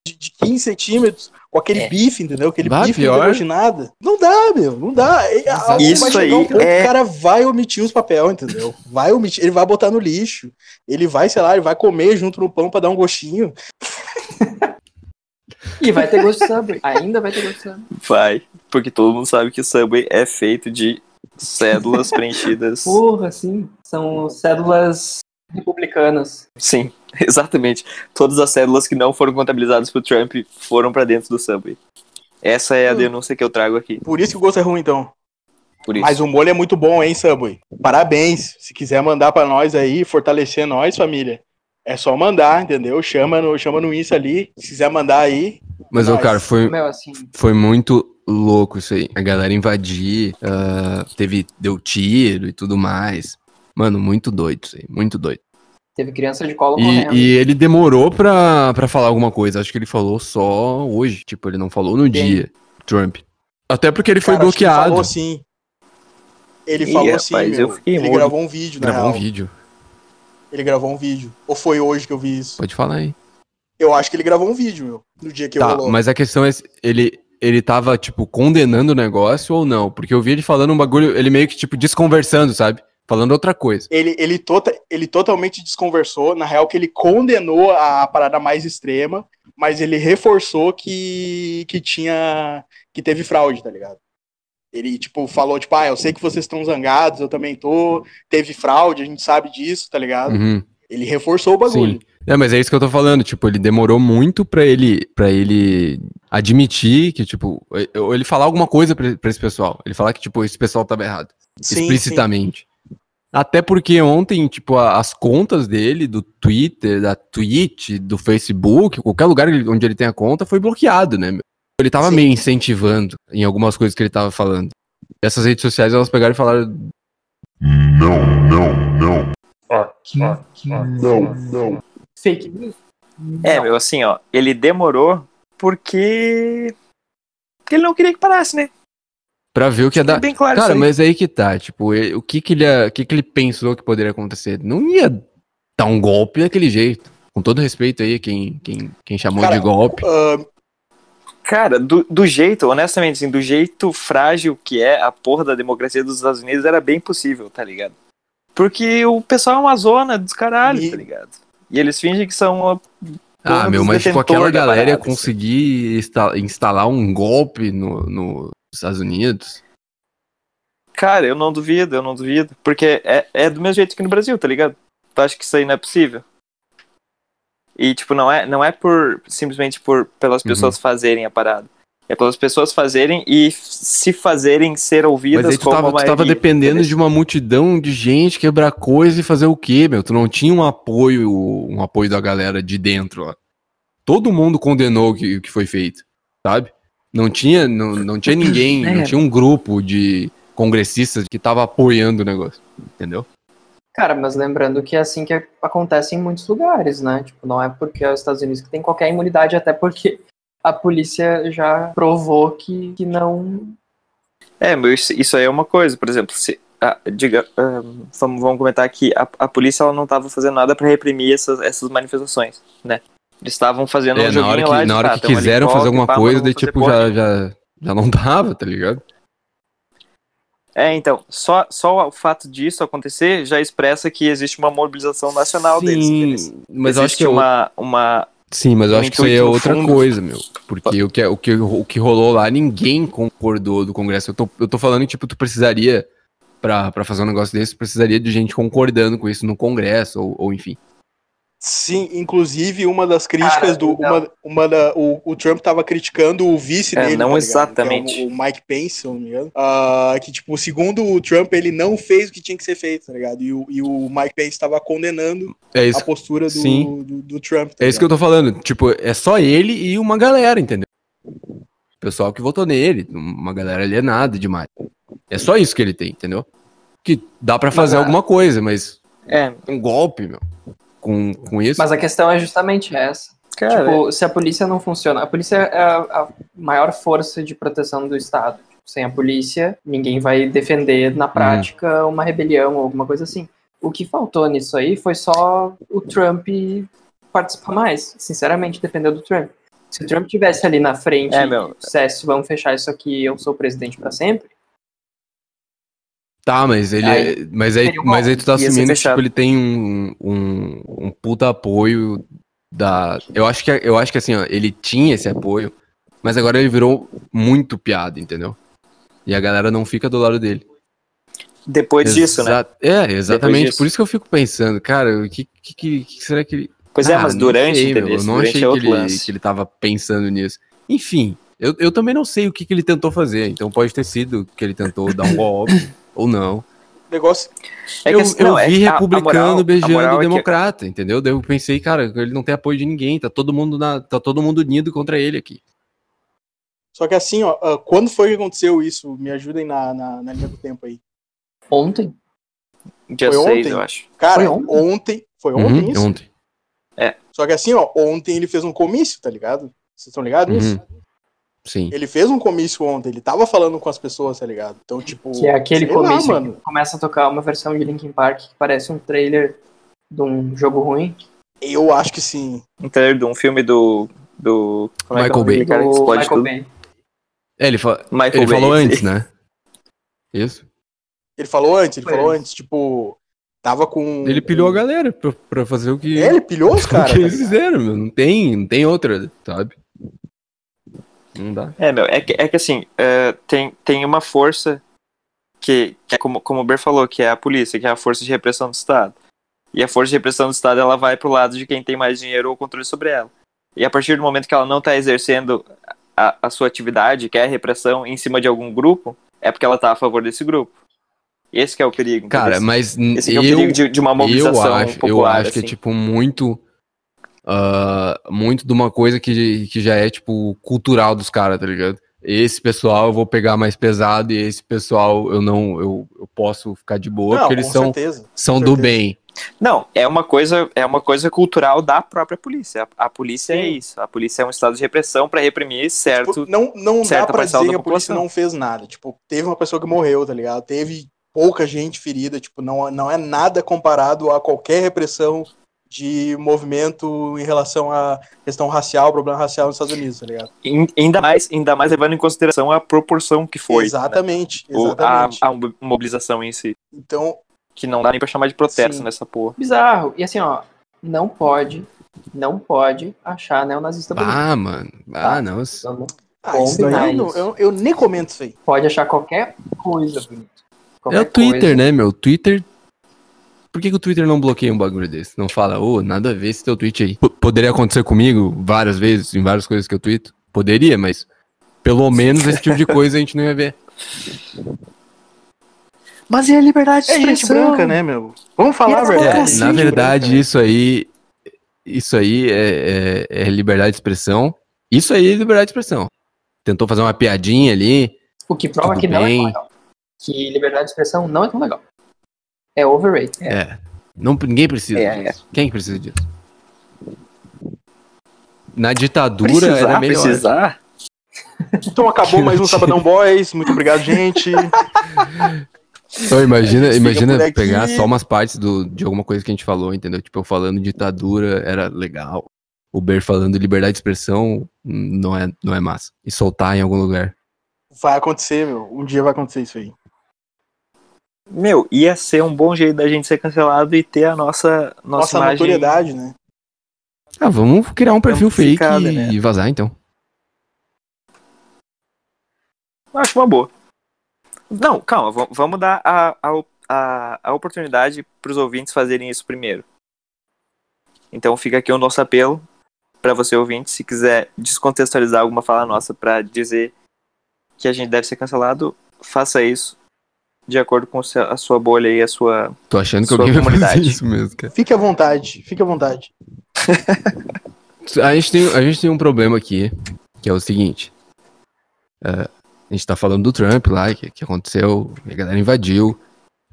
de, de 15 centímetros, com aquele
É.
bife, entendeu? Aquele
Bah,
bife
pior.
nada. Não dá, meu, não dá. E- a- a-
Isso
vai chegar um
aí
ponto que
é-
O cara vai omitir os papel, entendeu? Vai omitir, ele vai botar no lixo. Ele vai, sei lá, ele vai comer junto no pão pra dar um gostinho.
E vai ter gosto de Subway. Ainda vai ter gosto de Subway.
Vai. Porque todo mundo sabe que o Subway é feito de cédulas preenchidas.
Porra, sim. São cédulas republicanas.
Sim, exatamente. Todas as cédulas que não foram contabilizadas pro Trump foram pra dentro do Subway. Essa é a
Hum.
denúncia que eu trago aqui.
Por isso que o gosto é ruim, então.
Por isso.
Mas o molho é muito bom, hein, Subway? Parabéns. Se quiser mandar pra nós aí, fortalecer nós, família. É só mandar, entendeu? Chama no, chama no Insta ali. Se quiser mandar aí.
Mas, ô,
Mas-
cara, foi,
Meu, assim.
foi muito louco isso aí. A galera invadir, ah, teve, deu tiro e tudo mais. Mano, muito doido isso aí, muito doido.
Teve criança de colo correndo.
E, e ele demorou pra, pra falar alguma coisa. Acho que ele falou só hoje. Tipo, ele não falou no dia, Trump. Até porque ele foi
Cara, acho que Ele
bloqueado.
falou sim. Ele
Ih,
falou
rapaz,
sim, meu.
eu fiquei
Ele
mudo.
gravou um vídeo, né?
Gravou um vídeo.
Ele gravou um vídeo. Ou foi hoje que eu vi isso?
Pode falar aí.
Eu acho que ele gravou um vídeo, meu. No dia que
tá,
rolou.
mas a questão é se ele ele tava tipo condenando o negócio ou não? Porque eu vi ele falando um bagulho, ele meio que tipo desconversando, sabe? Falando outra coisa.
Ele, ele, tota, ele totalmente desconversou. Na real, que ele condenou a parada mais extrema, mas ele reforçou que, que tinha. que teve fraude, tá ligado? Ele, tipo, falou, tipo, ah, eu sei que vocês estão zangados, eu também tô, teve fraude, a gente sabe disso, tá ligado?
Uhum.
Ele reforçou o bagulho.
Sim. É, mas é isso que eu tô falando, tipo, ele demorou muito pra ele para ele admitir que tipo, ou ele falar alguma coisa pra pra esse pessoal. Ele falar que tipo, esse pessoal tava errado,
Sim,
explicitamente. Até porque ontem, tipo, a- as contas dele do Twitter, da Twitch, do Facebook, qualquer lugar ele- onde ele tem a conta foi bloqueado, né? meu? Ele tava
Sim.
meio incentivando em algumas coisas que ele tava falando. E essas redes sociais elas pegaram e falaram
Não, não, não.
Fake news?
É, meu, assim, ó, ele demorou porque. Porque ele não queria que parasse, né?
pra ver o que ia dar.
Bem claro
Cara,
isso aí.
mas aí que tá, tipo, ele- o que que ele, o que que ele pensou que poderia acontecer? Não ia dar um golpe daquele jeito. Com todo respeito aí, quem, quem, quem chamou
Cara,
de golpe.
Ah,
Cara, do, do jeito, honestamente, assim, do jeito frágil que é a porra da democracia dos Estados Unidos, era bem possível, tá ligado? Porque o pessoal é uma zona dos caralhos,
E-
tá ligado? E eles fingem que são uma porra
Ah, meu,
dos
mas tipo,
detentores
aquela
da
galera ia
parada, assim.
conseguir insta- instalar um golpe no, no- nos Estados Unidos.
Cara, eu não duvido, eu não duvido. Porque é, é do mesmo jeito que no Brasil, tá ligado? Tu acha que isso aí não é possível? E, tipo, não é, não é por simplesmente por pelas
Uhum.
pessoas fazerem a parada. É pelas pessoas fazerem e f- se fazerem ser ouvidas
Mas aí tu
como
tava,
uma né?
tu tava
maioria,
dependendo
entendeu?
de uma multidão de gente quebrar coisa e fazer o quê, meu? Tu não tinha um apoio, um apoio da galera de dentro lá. Todo mundo condenou o que, o que foi feito, sabe? Não tinha, não, não tinha ninguém,
É.
não tinha um grupo de congressistas que tava apoiando o negócio, entendeu?
Cara, mas lembrando que é assim que acontece em muitos lugares, né? Tipo, não é porque é os Estados Unidos que tem qualquer imunidade, até porque a polícia já provou que, que não.
É, mas isso, isso aí é uma coisa, por exemplo, se, ah, diga, ah, vamos, vamos comentar que a, a polícia ela não estava fazendo nada para reprimir essas, essas manifestações, né? Eles estavam fazendo
É,
um
na
joguinho
hora
lá
que,
de,
na hora
tá,
que
tamo ali,
quiseram
volta,
fazer alguma
pá, mas
coisa,
não
daí
vamos fazer
tipo,
porra
já, já, já não dava, tá ligado?
É, então, só, só o fato disso acontecer já expressa que existe uma mobilização Então, nacional deles. deles.
mas eu acho
existe
que é
uma, uma.
Sim, mas eu
Um
acho que isso aí é
intuito no
outra
fundo.
coisa, meu. Porque o que, o, que, o que rolou lá, ninguém concordou do Congresso. Eu tô, eu tô falando que, tipo, tu precisaria, pra, pra fazer um negócio desse, precisaria de gente concordando com isso no Congresso, ou, ou enfim.
Sim, inclusive uma das críticas
Cara, então
do.
não.
Uma, uma da, o, o Trump tava criticando o vice
É,
dele.
não
tá ligado?
exatamente.
Que é o, o Mike Pence, se eu não me engano. Ah, que, tipo, segundo o Trump, ele não fez o que tinha que ser feito, tá ligado? E o, e o Mike Pence tava condenando
É
a
isso,
postura do,
sim.
do, do Trump. tá
é isso que eu tô falando. Tipo, é só ele e uma galera, entendeu? O pessoal que votou nele, uma galera alienada demais. É só isso que ele tem, entendeu? Que dá pra fazer
Mas a-
alguma coisa, mas
É,
um golpe, meu. Com, com isso.
Mas a questão é justamente essa.
cara.
tipo, se a polícia não funciona. A polícia é a, a maior força de proteção do Estado. Tipo, sem a polícia, ninguém vai defender
Hum.
na prática uma rebelião ou alguma coisa assim. O que faltou nisso aí foi só o Trump participar mais. Sinceramente, dependeu do Trump. Se o Trump tivesse ali na frente,
É, meu.
sucesso, vamos fechar isso aqui, eu sou presidente pra sempre.
Tá, mas ele
Aí,
é- mas aí,
seria um
mas aí tu tá
golpe, ia ser
assumindo que
fechado.
tipo, ele tem um, um, um puta apoio da. Eu acho que eu acho que assim, ó, ele tinha esse apoio, mas agora ele virou muito piada, entendeu? E a galera não fica do lado dele.
Depois disso, né?
Exa- É, exatamente.
disso.
Por isso que eu fico pensando, cara, o que, que, que- que será que ele.
Pois é,
Ah,
mas
não
durante,
sei, meu,
entendeu?
Eu não
durante
achei
é
que
outro
ele,
lance.
que ele tava pensando nisso. Enfim, eu, eu também não sei o que, que ele tentou fazer. Então pode ter sido que ele tentou dar um golpe ou não.
ligado? O negócio.
É que
eu,
assim,
eu
não, é
vi
que a- a
republicano
moral- a
beijando o
moral é que-
democrata, entendeu? Daí eu pensei, cara, ele não tem apoio de ninguém, tá todo mundo na, tá todo mundo unido contra ele aqui.
Só que assim, ó, ah, quando foi que aconteceu isso? Me ajudem na, na, na linha do tempo aí.
Ontem,
Dia
Foi
6,
ontem.
eu acho.
Cara,
Foi
ontem.
ontem?
Foi ontem
Uhum,
isso?
ontem.
Só que assim, ó, ontem ele fez um comício, tá ligado? Vocês estão ligados nisso?
Uhum. Sim.
Ele fez um comício ontem, ele tava falando com as pessoas, tá ligado? Então, tipo.
que é aquele
sei lá,
começo
mano.
que começa a tocar uma versão de Linkin Park que parece um trailer de um jogo ruim.
Eu acho que sim.
Um trailer de um filme do. do como é que é
Michael
o nome
Bay.
daquele Cara, que
do
explode
Michael
tudo?
Bay.
É, ele, fa-
Michael
ele
Bay,
falou
esse-
antes, né? Isso.
Ele falou antes, ele
Foi
falou
antes.
antes, tipo, tava com.
Ele pilhou a galera pra, pra fazer o que,
É, ele pilhou os
o
caras.
que
tá
eles
ligado?
fizeram, meu. Não tem, não tem outra, sabe? Não dá.
É, meu, é que, é que assim, é, tem, tem uma força que, que é como, como o Ber falou, que é a polícia, que é a força de repressão do Estado. E a força de repressão do Estado, ela vai pro lado de quem tem mais dinheiro ou controle sobre ela. E a partir do momento que ela não tá exercendo a, a sua atividade, que é a repressão, em cima de algum grupo, é porque ela tá a favor desse grupo. Esse que é o perigo. entendeu?
Cara, mas n-
esse que é o perigo
eu,
de, de uma mobilização
eu acho,
popular.
eu acho que é
assim.
tipo muito ah, muito de uma coisa que, que já é tipo cultural dos caras, tá ligado? Esse pessoal eu vou pegar mais pesado e esse pessoal eu não eu, eu posso ficar de boa
Não,
porque eles
com
são,
certeza.
são
com
do
certeza.
bem.
Não, é uma coisa, é uma coisa cultural da própria polícia. A, a polícia é isso. A polícia é um estado de repressão para reprimir certo.
Tipo, não não dá
certa
pra
parcela
dizer
da
que a polícia
população.
não fez nada. Tipo, teve uma pessoa que morreu, tá ligado? Teve pouca gente ferida. Tipo, não, não é nada comparado a qualquer repressão de movimento em relação à questão racial, problema racial nos Estados Unidos, tá ligado?
In- ainda mais, ainda mais levando em consideração a proporção que foi. né?
exatamente,
Ou a,
exatamente.
a mo- mobilização em si.
Então,
Que não dá nem pra chamar de protesto
Sim.
nessa porra.
Bizarro. E assim, ó, não pode, não pode achar
Tá
neonazista bonito.
Ah, mano. Ah, não. isso-
Não, não
ah,
Bom
isso daí
demais.
eu, não- eu- eu nem comento isso aí.
pode achar qualquer coisa bonita.
É
Qualquer
o Twitter,
coisa.
né, meu? Twitter. Por que, que o Twitter não bloqueia um bagulho desse? Não fala, ô, nada a ver esse teu tweet aí. P- poderia acontecer comigo várias vezes, em várias coisas que eu tweeto. Poderia, mas pelo menos esse tipo de coisa a gente não ia ver.
Mas e a liberdade
É gente branca, né, meu? Vamos falar a
Yes,
verdade.
É,
Cacete,
na verdade,
Branca, né?
isso aí. Isso aí é, é- é liberdade de expressão. Isso aí é liberdade de expressão. Tentou fazer uma piadinha ali.
O que
né?
prova
Tudo
que não é
bem.
tão legal. Que liberdade de expressão não é tão legal. É overrated.
É. Não, ninguém precisa
É,
disso. Quem que precisa disso? Na ditadura
Precisar,
era melhor.
precisar.
Então acabou mais um Sabadão Boys. Muito obrigado, gente.
Então, imagina,
Fica por
imagina
aqui.
pegar só umas partes do, de alguma coisa que a gente falou, entendeu? Tipo, eu falando ditadura era legal. O Ber falando liberdade de expressão hum, não é, não é massa. E soltar em algum lugar.
Vai acontecer, meu. Um dia vai acontecer isso aí.
Meu, ia ser um bom jeito da gente ser cancelado e ter a nossa, nossa,
Nossa,
imagem.
notoriedade, né?
Ah, vamos criar um perfil fake
Amplificada,
e,
né?
e vazar, então.
Eu Acho uma boa. Não, calma, va- vamos dar a, a, op- a, a oportunidade para os ouvintes fazerem isso primeiro. Então fica aqui o nosso apelo para você ouvinte, se quiser descontextualizar alguma fala nossa para dizer que a gente deve ser cancelado, faça isso de acordo com o seu- a sua bolha e a sua.
Tô achando que
Sua
alguém vai fazer
comunidade.
isso mesmo, cara.
Fique à vontade, fique à vontade.
A gente tem, a gente tem um problema aqui, que é o seguinte. É, a gente tá falando do Trump lá, que, que aconteceu, a galera invadiu.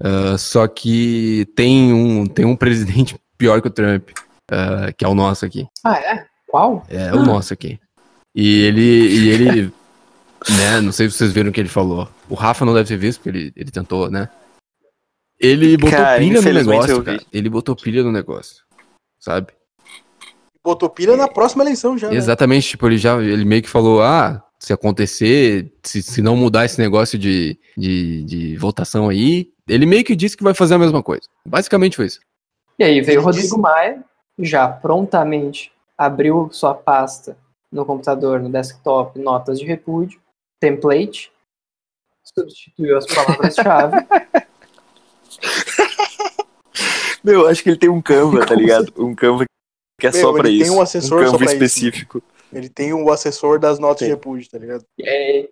é, só que tem um, tem um presidente pior que o Trump, é, que é o nosso aqui.
Ah, é? Qual?
É o nosso aqui. E ele. E ele né, não sei se vocês viram o que ele falou. O Rafa não deve ter visto, porque ele, ele tentou, né? Ele botou
Cara,
pilha no
infelizmente
negócio,
eu vi.
cara. Ele botou pilha no negócio. Sabe?
Botou pilha na próxima eleição já. né?
Exatamente, tipo, ele já ele meio que falou: ah, se acontecer, se, se não mudar esse negócio de, de, de votação aí, ele meio que disse que vai fazer a mesma coisa. Basicamente foi isso.
E aí veio o
Ele
Rodrigo Maia, já prontamente abriu sua pasta no computador, no desktop, notas de repúdio, template, substituiu as palavras-chave.
Meu, acho que ele tem um Canva, tá ligado? Um Canva que é
Meu, ele tem um assessor só pra isso.
específico.
Ele tem o assessor das notas
Sim.
de repúdio, tá ligado?
É,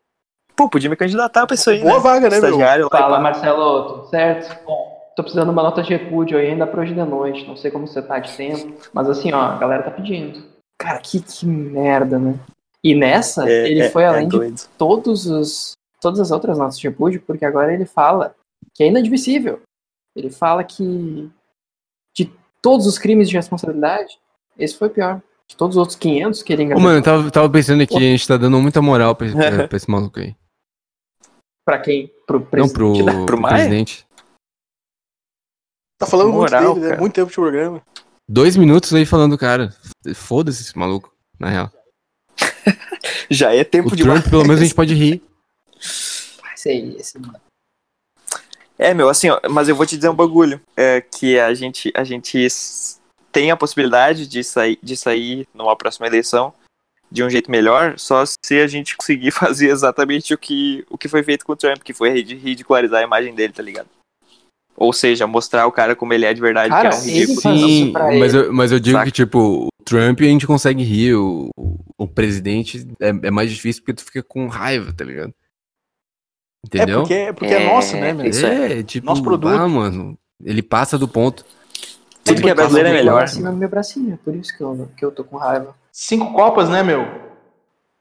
Pô, podia me candidatar pra isso aí.
Boa
Né?
vaga, né, meu?
Estagiário lá e
fala,
pá.
Marcelo, tudo certo? Bom, tô precisando de uma nota de repúdio aí ainda pra hoje de noite, não sei como você tá de tempo, mas assim, ó, a galera tá pedindo. Cara, que, que merda, né? E nessa,
É,
ele
é,
foi
é
além de
doido.
todos os, todas as outras notas de repúdio, porque agora ele fala que é inadmissível. Ele fala que de todos os crimes de responsabilidade, esse foi o pior. De todos os outros 500 que ele
Ô,
enganou.
mano, eu tava, tava pensando aqui, a gente tá dando muita moral pra, pra- pra esse maluco aí.
Pra quem? Pro
Não,
presidente
pro,
da-
pro,
Maia?
presidente.
Tá falando muito
Moral,
dele, né?
cara.
Muito tempo de programa.
Dois minutos aí falando, do cara. Foda-se esse maluco, na real.
Já é tempo
O
de
Trump, pelo menos, a gente pode rir.
Esse aí, esse-
É, meu, assim, ó, mas eu vou te dizer um bagulho. É que a gente, a gente s- tem a possibilidade de sair, de sair numa próxima eleição de um jeito melhor, só se a gente conseguir fazer exatamente o que, o que foi feito com o Trump, que foi rid- ridicularizar a imagem dele, tá ligado? Ou seja, mostrar o cara como ele é de verdade,
Cara,
que é um
ele
ridículo.
faz
Sim,
isso pra
mas
ele.
eu, mas eu digo
Saca?
que, tipo, o Trump a gente consegue rir, o, o presidente é, é mais difícil porque tu fica com raiva, tá ligado?
É
Entendeu?
porque é, porque é,
É,
nosso, né, meu?
isso
É, tipo,
Nosso produto.
ah, mano, ele passa do ponto.
Tudo que é brasileiro é melhor.
Assim, no meu bracinho, é por isso que eu, que eu tô com raiva.
Cinco copas, né, meu?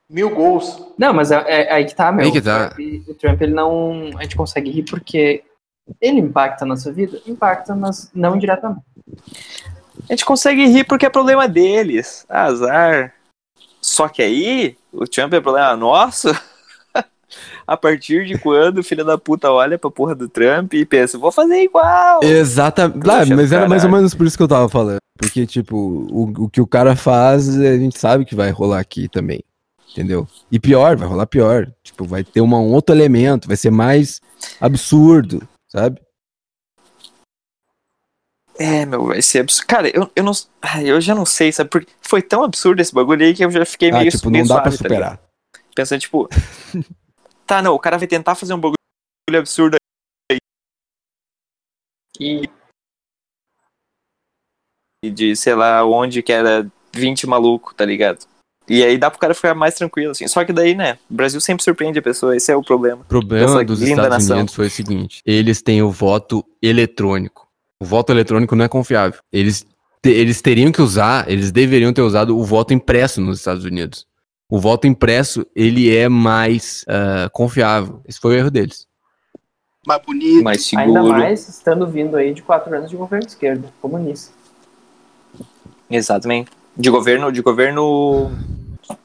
Mil gols.
Não, mas é, é- aí que tá, meu.
Aí que tá.
O Trump, o Trump, ele não. A gente consegue rir porque ele impacta a nossa vida? Impacta, mas não diretamente.
A gente consegue rir porque é problema deles. Azar. Só que aí, o Trump é problema nosso? a partir de quando o filho da puta olha pra porra do Trump e pensa, vou fazer igual.
Exatamente.
Claro,
mas era mais ou
caralho.
menos por isso que eu tava falando. Porque, tipo, o, o que o cara faz, a gente sabe que vai rolar aqui também. Entendeu? E pior, vai rolar pior. Tipo, vai ter uma, um outro elemento, vai ser mais absurdo, sabe?
É, meu, vai ser absurdo. Cara, eu, eu não. Ai, eu já não sei, sabe? Porque foi tão absurdo esse bagulho aí que eu já fiquei
Ah,
meio,
tipo,
meio
não dá pra
suave, tá ligado?
superar.
Pensando, tipo. tá, não, o cara vai tentar fazer um bagulho absurdo
E
aí de, sei lá, onde que era 20 maluco, tá ligado? E aí dá pro cara ficar mais tranquilo, assim. Só que daí, né? O Brasil sempre surpreende a pessoa, esse é o problema.
O problema
Dessa
dos
linda
Estados
nação.
Unidos foi o seguinte: eles têm o voto eletrônico. O voto eletrônico não é confiável. Eles, te- eles teriam que usar, eles deveriam ter usado o voto impresso nos Estados Unidos. O voto impresso, ele é mais ah, confiável. Esse foi o erro deles.
Mais bonito.
Mais seguro.
ainda mais estando vindo aí de quatro anos de governo de esquerda, comunista.
Exatamente. De governo, de governo.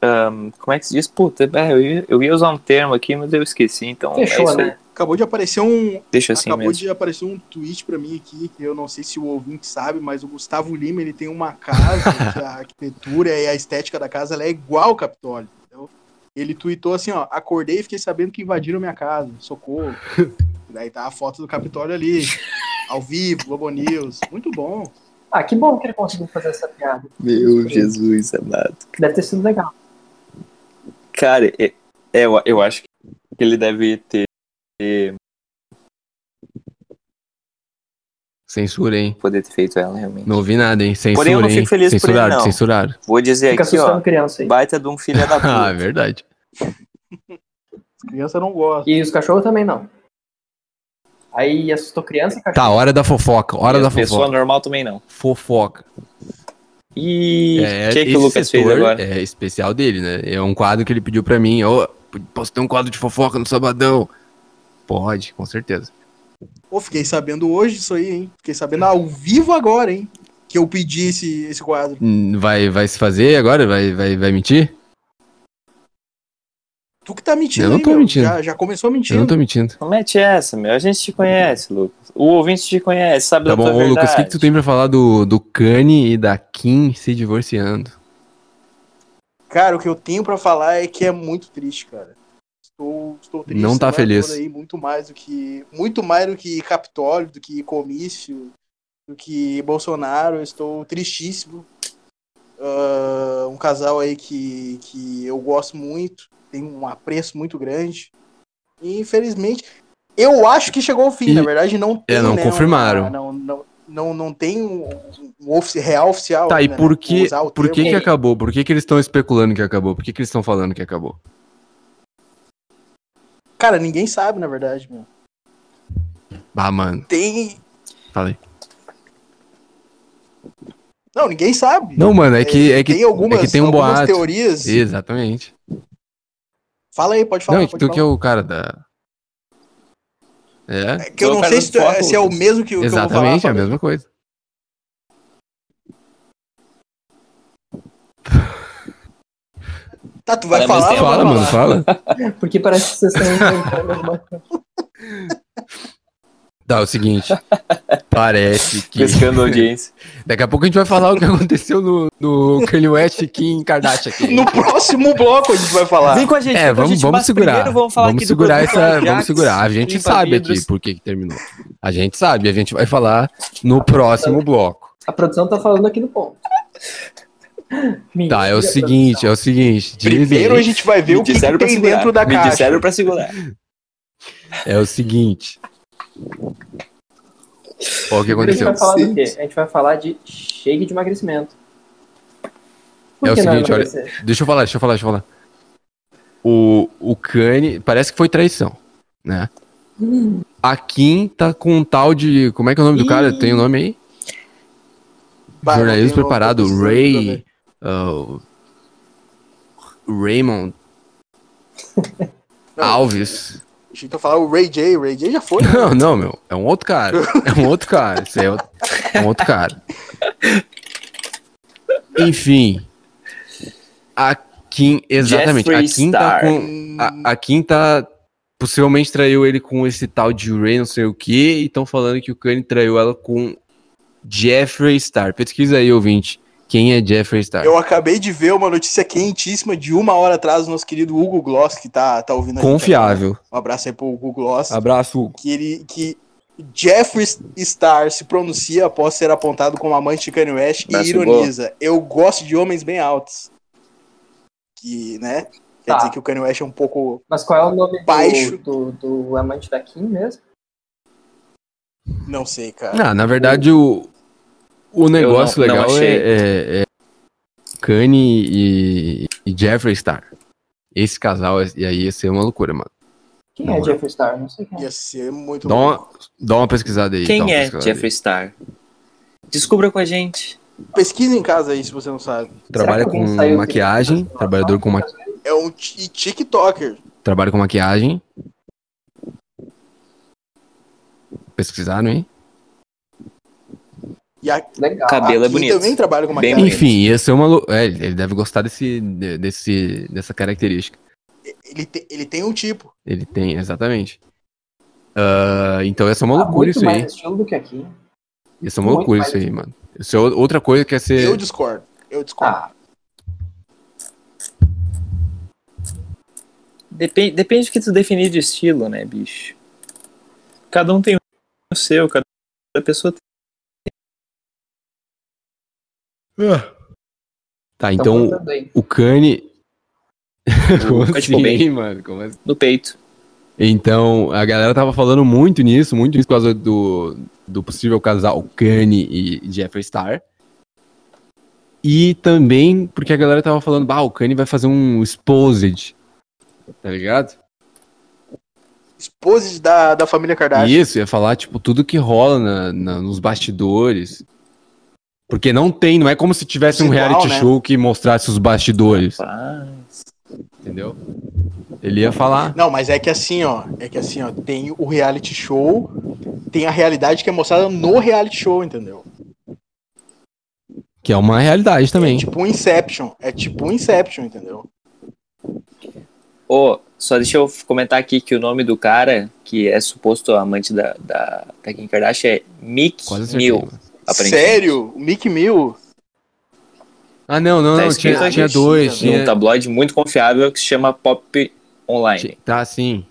ahn, como é que se diz? Puta, é, eu ia, eu ia usar um termo aqui, mas eu esqueci, então.
Fechou,
é isso aí.
né?
Acabou de aparecer um.
Deixa assim
acabou
mesmo.
de aparecer um tweet pra mim aqui, que eu não sei se o ouvinte sabe, mas o Gustavo Lima ele tem uma casa que a arquitetura e a estética da casa ela é igual ao Capitólio. Então, ele tweetou assim, ó, acordei e fiquei sabendo que invadiram minha casa, socorro. Daí tá a foto do Capitólio ali, ao vivo, Globo News. Muito bom.
Ah, que bom que ele conseguiu fazer essa piada.
Meu Jesus amado.
Deve ter sido legal.
Cara, é- é, eu, eu acho que ele deve ter. ter-
Censura, hein?
poder ter feito ela, realmente.
Não ouvi nada, hein? Censura,
Porém, eu não
hein?
fico feliz por ele,
censuraram,
não.
censuraram.
Vou dizer
Fica
aqui,
assustando
ó.
criança aí.
Baita de um filho da
ah, é
puta.
verdade.
Criança não gosta.
E os cachorros também não. Aí assustou criança e cachorro.
Tá, hora da fofoca, hora
E
da
as pessoa
fofoca.
normal também não.
Fofoca.
E o
É,
que, é que o
esse
Lucas fez
setor
agora?
É especial dele, né? É um quadro que ele pediu pra mim. Ô, posso ter um quadro de fofoca no sabadão? Pode, com certeza.
Pô, fiquei sabendo hoje isso aí, hein? Fiquei sabendo ao vivo agora, hein? Que eu pedi esse, esse quadro.
Hum, Vai, vai se fazer agora? Vai, vai, vai mentir?
Tu que tá mentindo,
Eu não
hein,
tô
meu?
mentindo.
Já, já começou
Eu
mentindo.
não tô mentindo.
Não mete é essa, meu. A gente te conhece, Lucas. O ouvinte te conhece, sabe
Tá
da
bom,
é
tua
ô
verdade.
Lucas, o que, que tu tem pra falar do, do Kanye e da Kim se divorciando?
Cara, o que eu tenho pra falar é que é muito triste, cara. Estou, estou triste.
Não tá
semana
feliz.
toda Aí, muito mais do que muito mais do que Capitólio, do que comício, do que Bolsonaro. Eu estou tristíssimo. Ah, um casal aí que, que eu gosto muito, tem um apreço muito grande. E infelizmente, eu acho que chegou ao fim.
E- é,
Na verdade, não tem.
não
né,
confirmaram.
uma- não, não, não, não tem um, um ofici- real oficial.
Tá, e
ainda, né?
por
Vou
que,
usar o
por que,
termo.
que acabou? Por que, que eles estão especulando que acabou? Por que, que eles estão falando que acabou?
Cara, ninguém sabe, na verdade, meu.
Ah, mano,
Tem,
falei.
Não, ninguém sabe.
Não, mano, é que, é que,
tem algumas,
é que tem um
algumas
boato.
teorias.
Exatamente.
Fala aí, pode falar.
Não, é que
pode
tu
falar.
que é o cara da. É,
É que eu
Sou
não
o cara
sei
do
se, tu-
foco,
se é o
Lucas.
mesmo que, o que eu vou falar.
exatamente, é a
Fábio.
mesma coisa.
Tá, tu vai
Fala,
falar,
mas
ou
tem-
não
Fala,
vai
mano,
falar?
fala.
Porque parece que vocês estão inventando alguma coisa.
Tá, é o seguinte. Parece que.
Pescando audiência.
Daqui a pouco a gente vai falar o que aconteceu no, no Kanye West e Kim Kardashian aqui.
No próximo bloco a gente vai falar.
Vem com a gente,
É,
vem com a
vamos,
gente,
vamos
mas
segurar.
primeiro
vamos
falar aqui do
segurar
produto
essa.
Ajax,
Vamos segurar. A gente
limpa
sabe
vidros.
aqui por que, que terminou. A gente sabe, a gente vai falar no próximo bloco.
A produção tá falando aqui no ponto.
Tá, é
Mentira,
o seguinte, é o seguinte.
Primeiro a
dizem-
gente vai ver
Me
o que, que
disseram pra
tem
segurar.
dentro da
Me
caixa.
disseram pra segurar.
Então, É o seguinte. Olha o que
produção. A gente
aconteceu.
vai falar do quê? A gente vai falar de shake de emagrecimento. Por
É o
que não
seguinte, olha-
emagrecer?
Deixa eu falar, deixa eu falar, deixa eu falar. O, o Kanye, parece que foi traição, né? A Kim tá com um tal de. Como é que é o nome do cara? Tem o nome aí?
Bah, não
Jornalismo
tem um o-
preparado,
tô precisando
Ray.
também.
ah, o uh, Raymond
Não.
Alves.
Achei que tu ia falar o Ray J. Ray J já foi. né?
Não, não, meu. É um outro cara. É um outro cara. Isso aí é, outro- é um outro cara. Enfim. A Kim. Exatamente.
Jeffree
a Kim tá
Star.
com. A, a Kim tá. Possivelmente traiu ele com esse tal de Ray, não sei o que. E estão falando que o Kanye traiu ela com Jeffrey Star. Pesquisa aí, ouvinte. Quem é Jeffrey Star?
Eu acabei de ver uma notícia quentíssima de uma hora atrás do nosso querido Hugo Gloss, que tá, tá ouvindo a gente
Confiável.
agora. Um abraço aí pro Hugo Gloss.
Abraço, Hugo.
Que, ele, que Jeffree Star se pronuncia após ser apontado como amante de Kanye West
Abraço,
e ironiza. Eu gosto de homens bem altos. Que, né? Quer
Tá.
dizer que o Kanye West é um pouco...
Mas qual é o nome
Baixo.
do, do, do amante da Kim mesmo?
Não sei, cara.
Ah, na verdade, o, o negócio
não- não
legal é,
achei.
é, é Kanye e, e Jeffree Star. Esse casal, é- e aí ia ser uma loucura, mano.
Quem
Não,
é
não.
Jeffree Star? Não sei quem é.
Ia ser muito
Dá
bom.
uma, dá uma pesquisada aí. dá
Quem
uma
é
pesquisada aí.
Jeffree Star? Descubra com a gente.
Pesquisa em casa aí, se você não sabe.
Trabalha
Será que
com
alguém saiu
maquiagem,
do-
trabalhador com ma
É um ti- TikToker.
trabalha com maquiagem. Pesquisaram, hein?
E a,
Legal.
Cabelo. é
Kim
bonito.
Ah, também trabalha com
Bem
maquiagem.
bonito.
Enfim, ia ser uma. lou- É, ele ele deve gostar desse, de- desse, dessa característica.
Ele, te- ele tem um tipo.
Ele tem, exatamente. Ah, então essa é uma
Ah,
loucura
muito
isso aí.
mais estilo do que a Kim.
Isso é uma
Muito
loucura
mais
isso aí, mano. Isso é ou- outra coisa que é ser.
Eu discordo. Eu discordo.
Ah,
Depende, depende do que tu definir de estilo, né, bicho? Cada um tem o seu, cada pessoa tem.
Tá,
tão
então
contando aí.
o Kanye. Como
Kanye
assim,
Cobain.
mano? Como assim?
tipo, No peito.
Então, a galera tava falando muito nisso, muito nisso por causa do, do possível casal Kanye e Jeffree Star. E também porque a galera tava falando, bah, o Kanye vai fazer um exposed. Tá ligado?
Esposa da, da família Kardashian.
Isso, ia falar, tipo, tudo que rola na- na- nos bastidores. Porque não tem, não é como se tivesse um
Visual,
reality
né?
show que mostrasse os bastidores,
Pá.
entendeu? Ele ia falar.
Não, mas é que assim, ó. É que assim, ó. Tem o reality show, tem a realidade que é mostrada no reality show, entendeu?
Que é uma realidade
É
também.
tipo um Inception. É tipo um Inception, entendeu?
Ô, só deixa eu comentar aqui que o nome do cara, que é suposto amante da, da, da Kim Kardashian, é Mick
Quase certeza.
Mill. aparentemente.
Sério? O Mick Mill?
Ah, não, não,
Tá
não.
escrito
Tinha,
aqui,
tinha dois.
tá
De um
Tinha,
tabloide muito confiável que se chama Pop Online.
ti- tá, sim.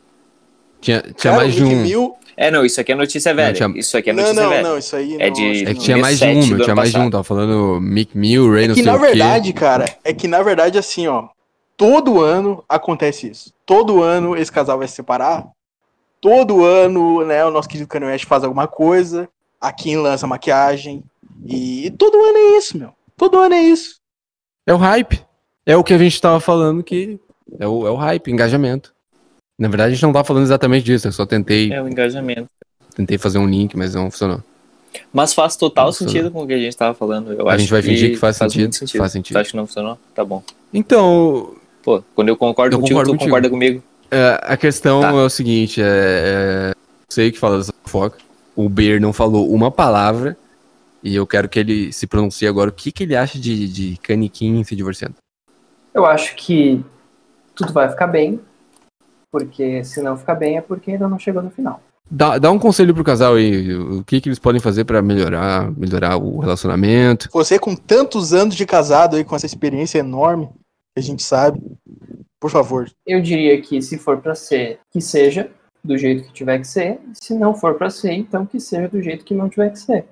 Tinha, tinha
Cara,
mais
o
de
Mick
um.
Mill.
É, não, isso aqui é notícia velha.
tinha-
Isso aqui é
não,
notícia
não,
velha.
não. Isso aí.
É
não,
de-
isso
É que
não.
tinha
mês
mais de um,
sete
meu.
do
Tinha
ano
mais de um.
passado.
Tava falando Mick Mill, Ray,
É
não
que
sei
na
o quê.
verdade, cara, é que na verdade assim, ó, todo ano acontece isso. Todo ano esse casal vai se separar. Todo ano, né, o nosso querido Kanye West faz alguma coisa, a Kim lança maquiagem e todo ano é isso, meu. Todo ano é isso.
É o hype. É o que a gente tava falando que é o, é o hype, engajamento. Na verdade, a gente não tava falando exatamente disso. Eu só tentei,
É o engajamento.
tentei fazer um link, mas não funcionou.
Mas faz total
Nossa.
sentido com o que a gente tava falando. Eu
A
acho
gente vai fingir que faz sentido,
muito
faz sentido.
Tu acha que não funcionou? Tá bom.
Então,
Pô, quando eu concordo
Eu
contigo,
concordo
tu
contigo.
concorda comigo.
é, a questão
Tá.
é o seguinte: é, é, sei que fala dessa fofoca. O Beer não falou uma palavra. E eu quero que ele se pronuncie agora o que, que ele acha de, de Caniquim se divorciando.
Eu acho que tudo vai ficar bem, porque se não ficar bem é porque ainda não chegou no final.
Dá, dá um conselho pro casal aí. O que, que eles podem fazer pra melhorar, melhorar o relacionamento?
Você com tantos anos de casado aí, com essa experiência enorme, que a gente sabe, por favor,
Eu diria que se for pra ser, que seja do jeito que tiver que ser. Se não for pra ser, então que seja do jeito que não tiver que ser.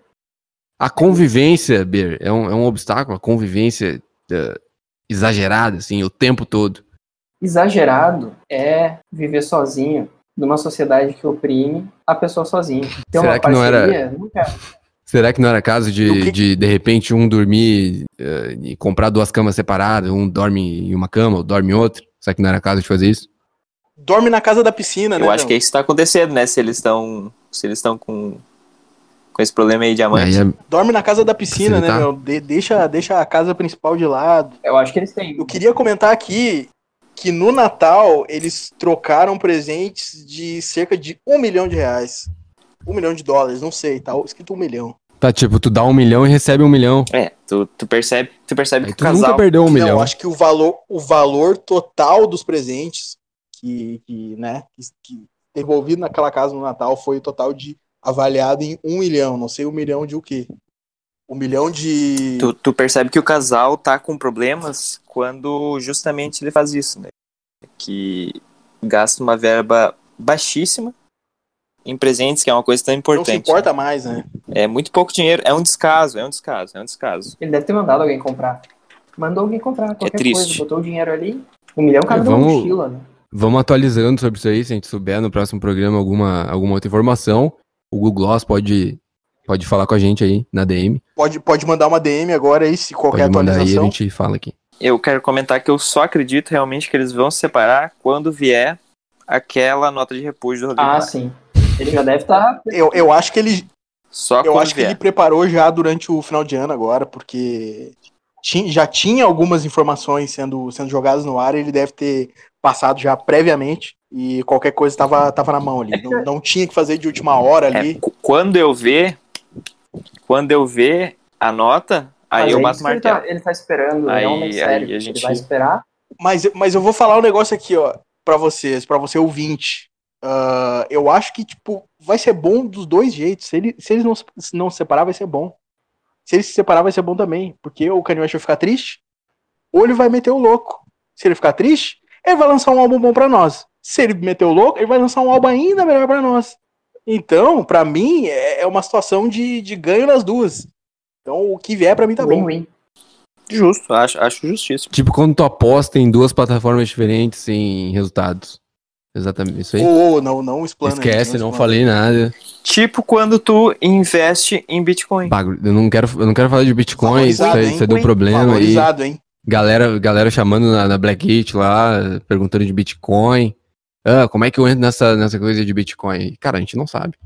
A convivência, Ber, é um, é um obstáculo, a convivência eh, exagerada, assim, o tempo todo.
Exagerado é viver sozinho numa sociedade que oprime a pessoa sozinha. Ter
Será
uma
que não era-
parceria nunca
Será que não era caso
E
de,
o que-
de, de repente, um dormir eh, e comprar duas camas separadas, um dorme em uma cama, outro dorme em outra? Será que não era caso de fazer isso?
dorme na casa da piscina, né?
Eu acho
meu?
que isso tá acontecendo, né? Se eles estão. Se eles estão com. Com esse problema aí de
Aí
amante.
é-
Dorme na casa da piscina, né,
Facilitar.
meu? De- deixa, deixa a casa principal de lado.
Eu acho que eles têm.
Eu queria comentar aqui que no Natal eles trocaram presentes de cerca de um milhão de reais. Um milhão de dólares, não sei, tá escrito um milhão.
Tá tipo, tu dá um milhão e recebe um milhão.
É, tu, tu percebe, tu percebe
Aí
que o
tu nunca
casal.
perdeu um
Não,
milhão.
acho que o valor, o valor total dos presentes que, que né, que, que devolvido naquela casa no Natal foi o total de avaliado em um milhão. Não sei um milhão de o quê. Um milhão de.
Tu, tu percebe que o casal tá com problemas quando justamente ele faz isso, né? Que gasta uma verba baixíssima em presentes, que é uma coisa tão
não se
importante.
importa mais, né?
É muito pouco dinheiro, é um descaso, é um descaso, é um descaso.
Ele deve ter mandado alguém comprar. Mandou alguém comprar qualquer
É triste.
coisa. Botou o dinheiro ali. Um milhão
É,
cada uma
vamos-
mochila, né?
Vamos atualizando sobre isso aí, se a gente souber no próximo programa alguma, alguma outra informação, o Google Gloss pode, pode falar com a gente aí na DM.
Pode, pode mandar uma DM agora aí, se qualquer
pode mandar aí, a
atualização.
gente fala aqui.
Eu quero comentar que eu só acredito realmente que eles vão se separar quando vier aquela nota de repúdio do Rodrigo.
Ah,
Maia.
sim. Ele já deve tá estar.
Eu, eu acho que ele,
Só
Eu
quando
acho que
vier.
ele preparou já durante o final de ano agora, porque ti- já tinha algumas informações sendo, sendo jogadas no ar, ele deve ter passado já previamente e qualquer coisa estava tava na mão ali. Não, não tinha que fazer de última hora
É,
ali.
cu- quando eu ver, quando eu ver a nota, aí
Mas
um
eu
é
bato
isso
o
que ele
martelo.
tá- Ele tá esperando,
Aí-
é um
aí
negócio sério.
a gente-
Ele vai esperar.
Mas, mas eu vou falar um negócio aqui, ó, para vocês, para você ouvinte. Ah, eu acho que, tipo, vai ser bom dos dois jeitos. Se, ele, se eles não se, se não se separar, vai ser bom. Se eles se separar, vai ser bom também. Porque o Kanye West vai ficar triste, ou ele vai meter o louco. Se ele ficar triste, ele vai lançar um álbum bom pra nós. Se ele meter o louco, ele vai lançar um álbum ainda melhor pra nós. Então, pra mim, é, é uma situação de, de ganho nas duas. Então, o que vier pra mim tá bom.
Win-win.
Justo, acho, acho justíssimo.
Tipo quando tu aposta em duas plataformas diferentes em resultados. Exatamente isso aí.
Ou, ou não, não explana.
Esquece, não
explana.
falei nada.
Tipo quando tu investe em Bitcoin.
Bagulho, eu não quero, eu não quero falar de Bitcoin, isso
Valorizado,
aí,
hein?
isso aí deu um
Bitcoin
problema aí.
Valorizado, hein?
Galera, galera chamando na, na Blackgate lá, perguntando de Bitcoin. Ah, como é que eu entro nessa, nessa coisa de Bitcoin? Cara, a gente não sabe.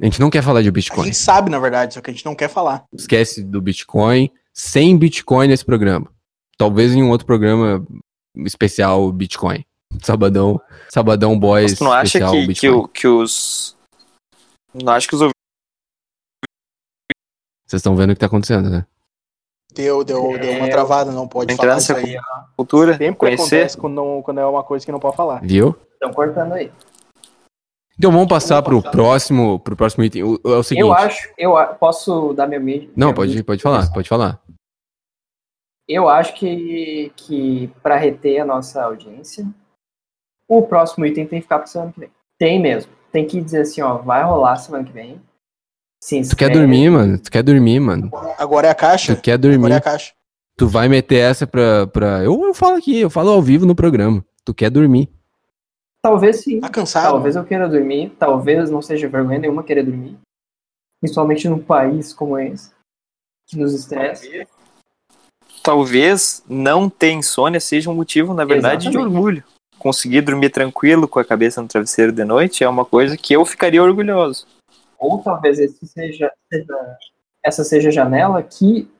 A gente não quer falar de
A
Bitcoin.
gente sabe, na verdade, só que a gente não quer falar.
Esquece do Bitcoin. Sem Bitcoin nesse programa. Talvez em um outro programa especial Bitcoin. Sabadão, Sabadão Boys
Mas tu não acha
especial
que, que,
Bitcoin.
o- que os. Não acho que os ouvintes.
Vocês estão vendo o que tá acontecendo, né?
Deu, deu, deu uma
É,
travada, não pode
entrar
falar
nessa
isso aí.
cultura
Sempre
conhecer.
acontece quando, não, quando é uma coisa que não pode falar.
Viu?
Estão cortando aí.
Então vamos passar pro próximo, pro próximo item. O, é o seguinte.
Eu acho, eu a- posso dar minha mídia.
Não,
minha
pode,
mídia?
pode falar, pode falar.
Eu acho que, que para reter a nossa audiência, o próximo item tem que ficar para semana que vem. Tem mesmo. Tem que dizer assim, ó, vai rolar semana que vem. Se
Tu quer
inscreve.
dormir, mano? Tu quer dormir, mano?
Agora é a
Tu
caixa.
quer
É. Agora é a
dormir?
caixa.
Tu vai meter essa pra. pra... Eu, eu falo aqui, eu falo ao vivo no programa. Tu quer dormir.
Talvez sim.
Tá cansado?
Talvez eu queira dormir. Talvez não seja vergonha nenhuma querer dormir. Principalmente num país como esse, que nos estressa.
né?
Talvez não ter insônia seja um motivo, na verdade, de
Exatamente.
orgulho. Conseguir dormir tranquilo com a cabeça no travesseiro de noite é uma coisa que eu ficaria orgulhoso.
ou talvez esse seja, seja- essa seja a janela que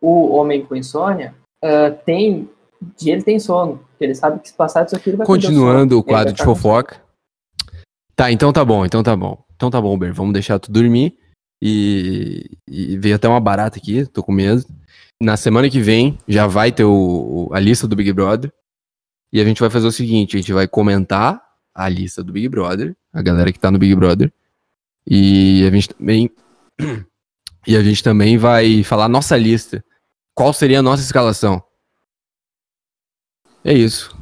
o homem com insônia ah, tem que ele tem sono, que ele sabe que se passar disso aqui ele vai perder
Continuando
sono,
o quadro
ele vai
de
ficar com
fofoca. Tá, então tá bom, então tá bom. Então tá bom, Ber. Vamos deixar tu dormir. E, e veio até uma barata aqui, tô com medo. Na semana que vem já vai ter o, o- a lista do Big Brother. E a gente vai fazer o seguinte: a gente vai comentar a lista do Big Brother. a galera que tá no Big Brother. E a gente também e a gente também vai falar nossa lista. Qual seria a nossa escalação? É isso.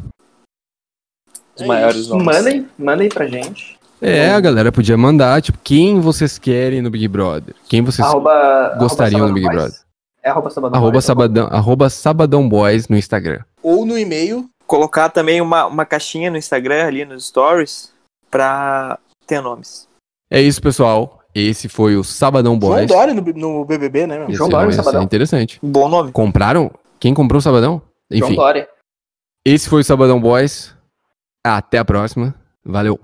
É
Os maiores nomes.
Mandem, mandem pra gente. Então,
É, a galera podia mandar, tipo, quem vocês querem no Big Brother? Quem vocês
Arroba, arroba
gostariam do Big
Sabadão
Brother?
Boys? É arroba sabadão.
Arroba
Boys, tá bom?
sabadão, arroba sabadão boys no Instagram.
Ou no e-mail,
Colocar também uma, uma caixinha no Instagram ali, nos stories, pra ter nomes.
É isso, pessoal. Esse foi o Sabadão
João
Boys.
Dória no, no BBB, né, meu?
Esse
João
é-
Dória,
esse é
Sabadão.
interessante.
Bom nome.
Compraram? Quem comprou o Sabadão?
João
Enfim,
Dória.
esse foi o Sabadão Boys. Até a próxima. Valeu.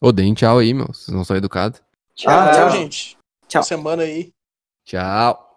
Ô, deem tchau aí, meu. Vocês não são educados.
Ah,
Ah,
tchau,
tchau.
gente.
Tchau.
Boa semana aí.
Tchau.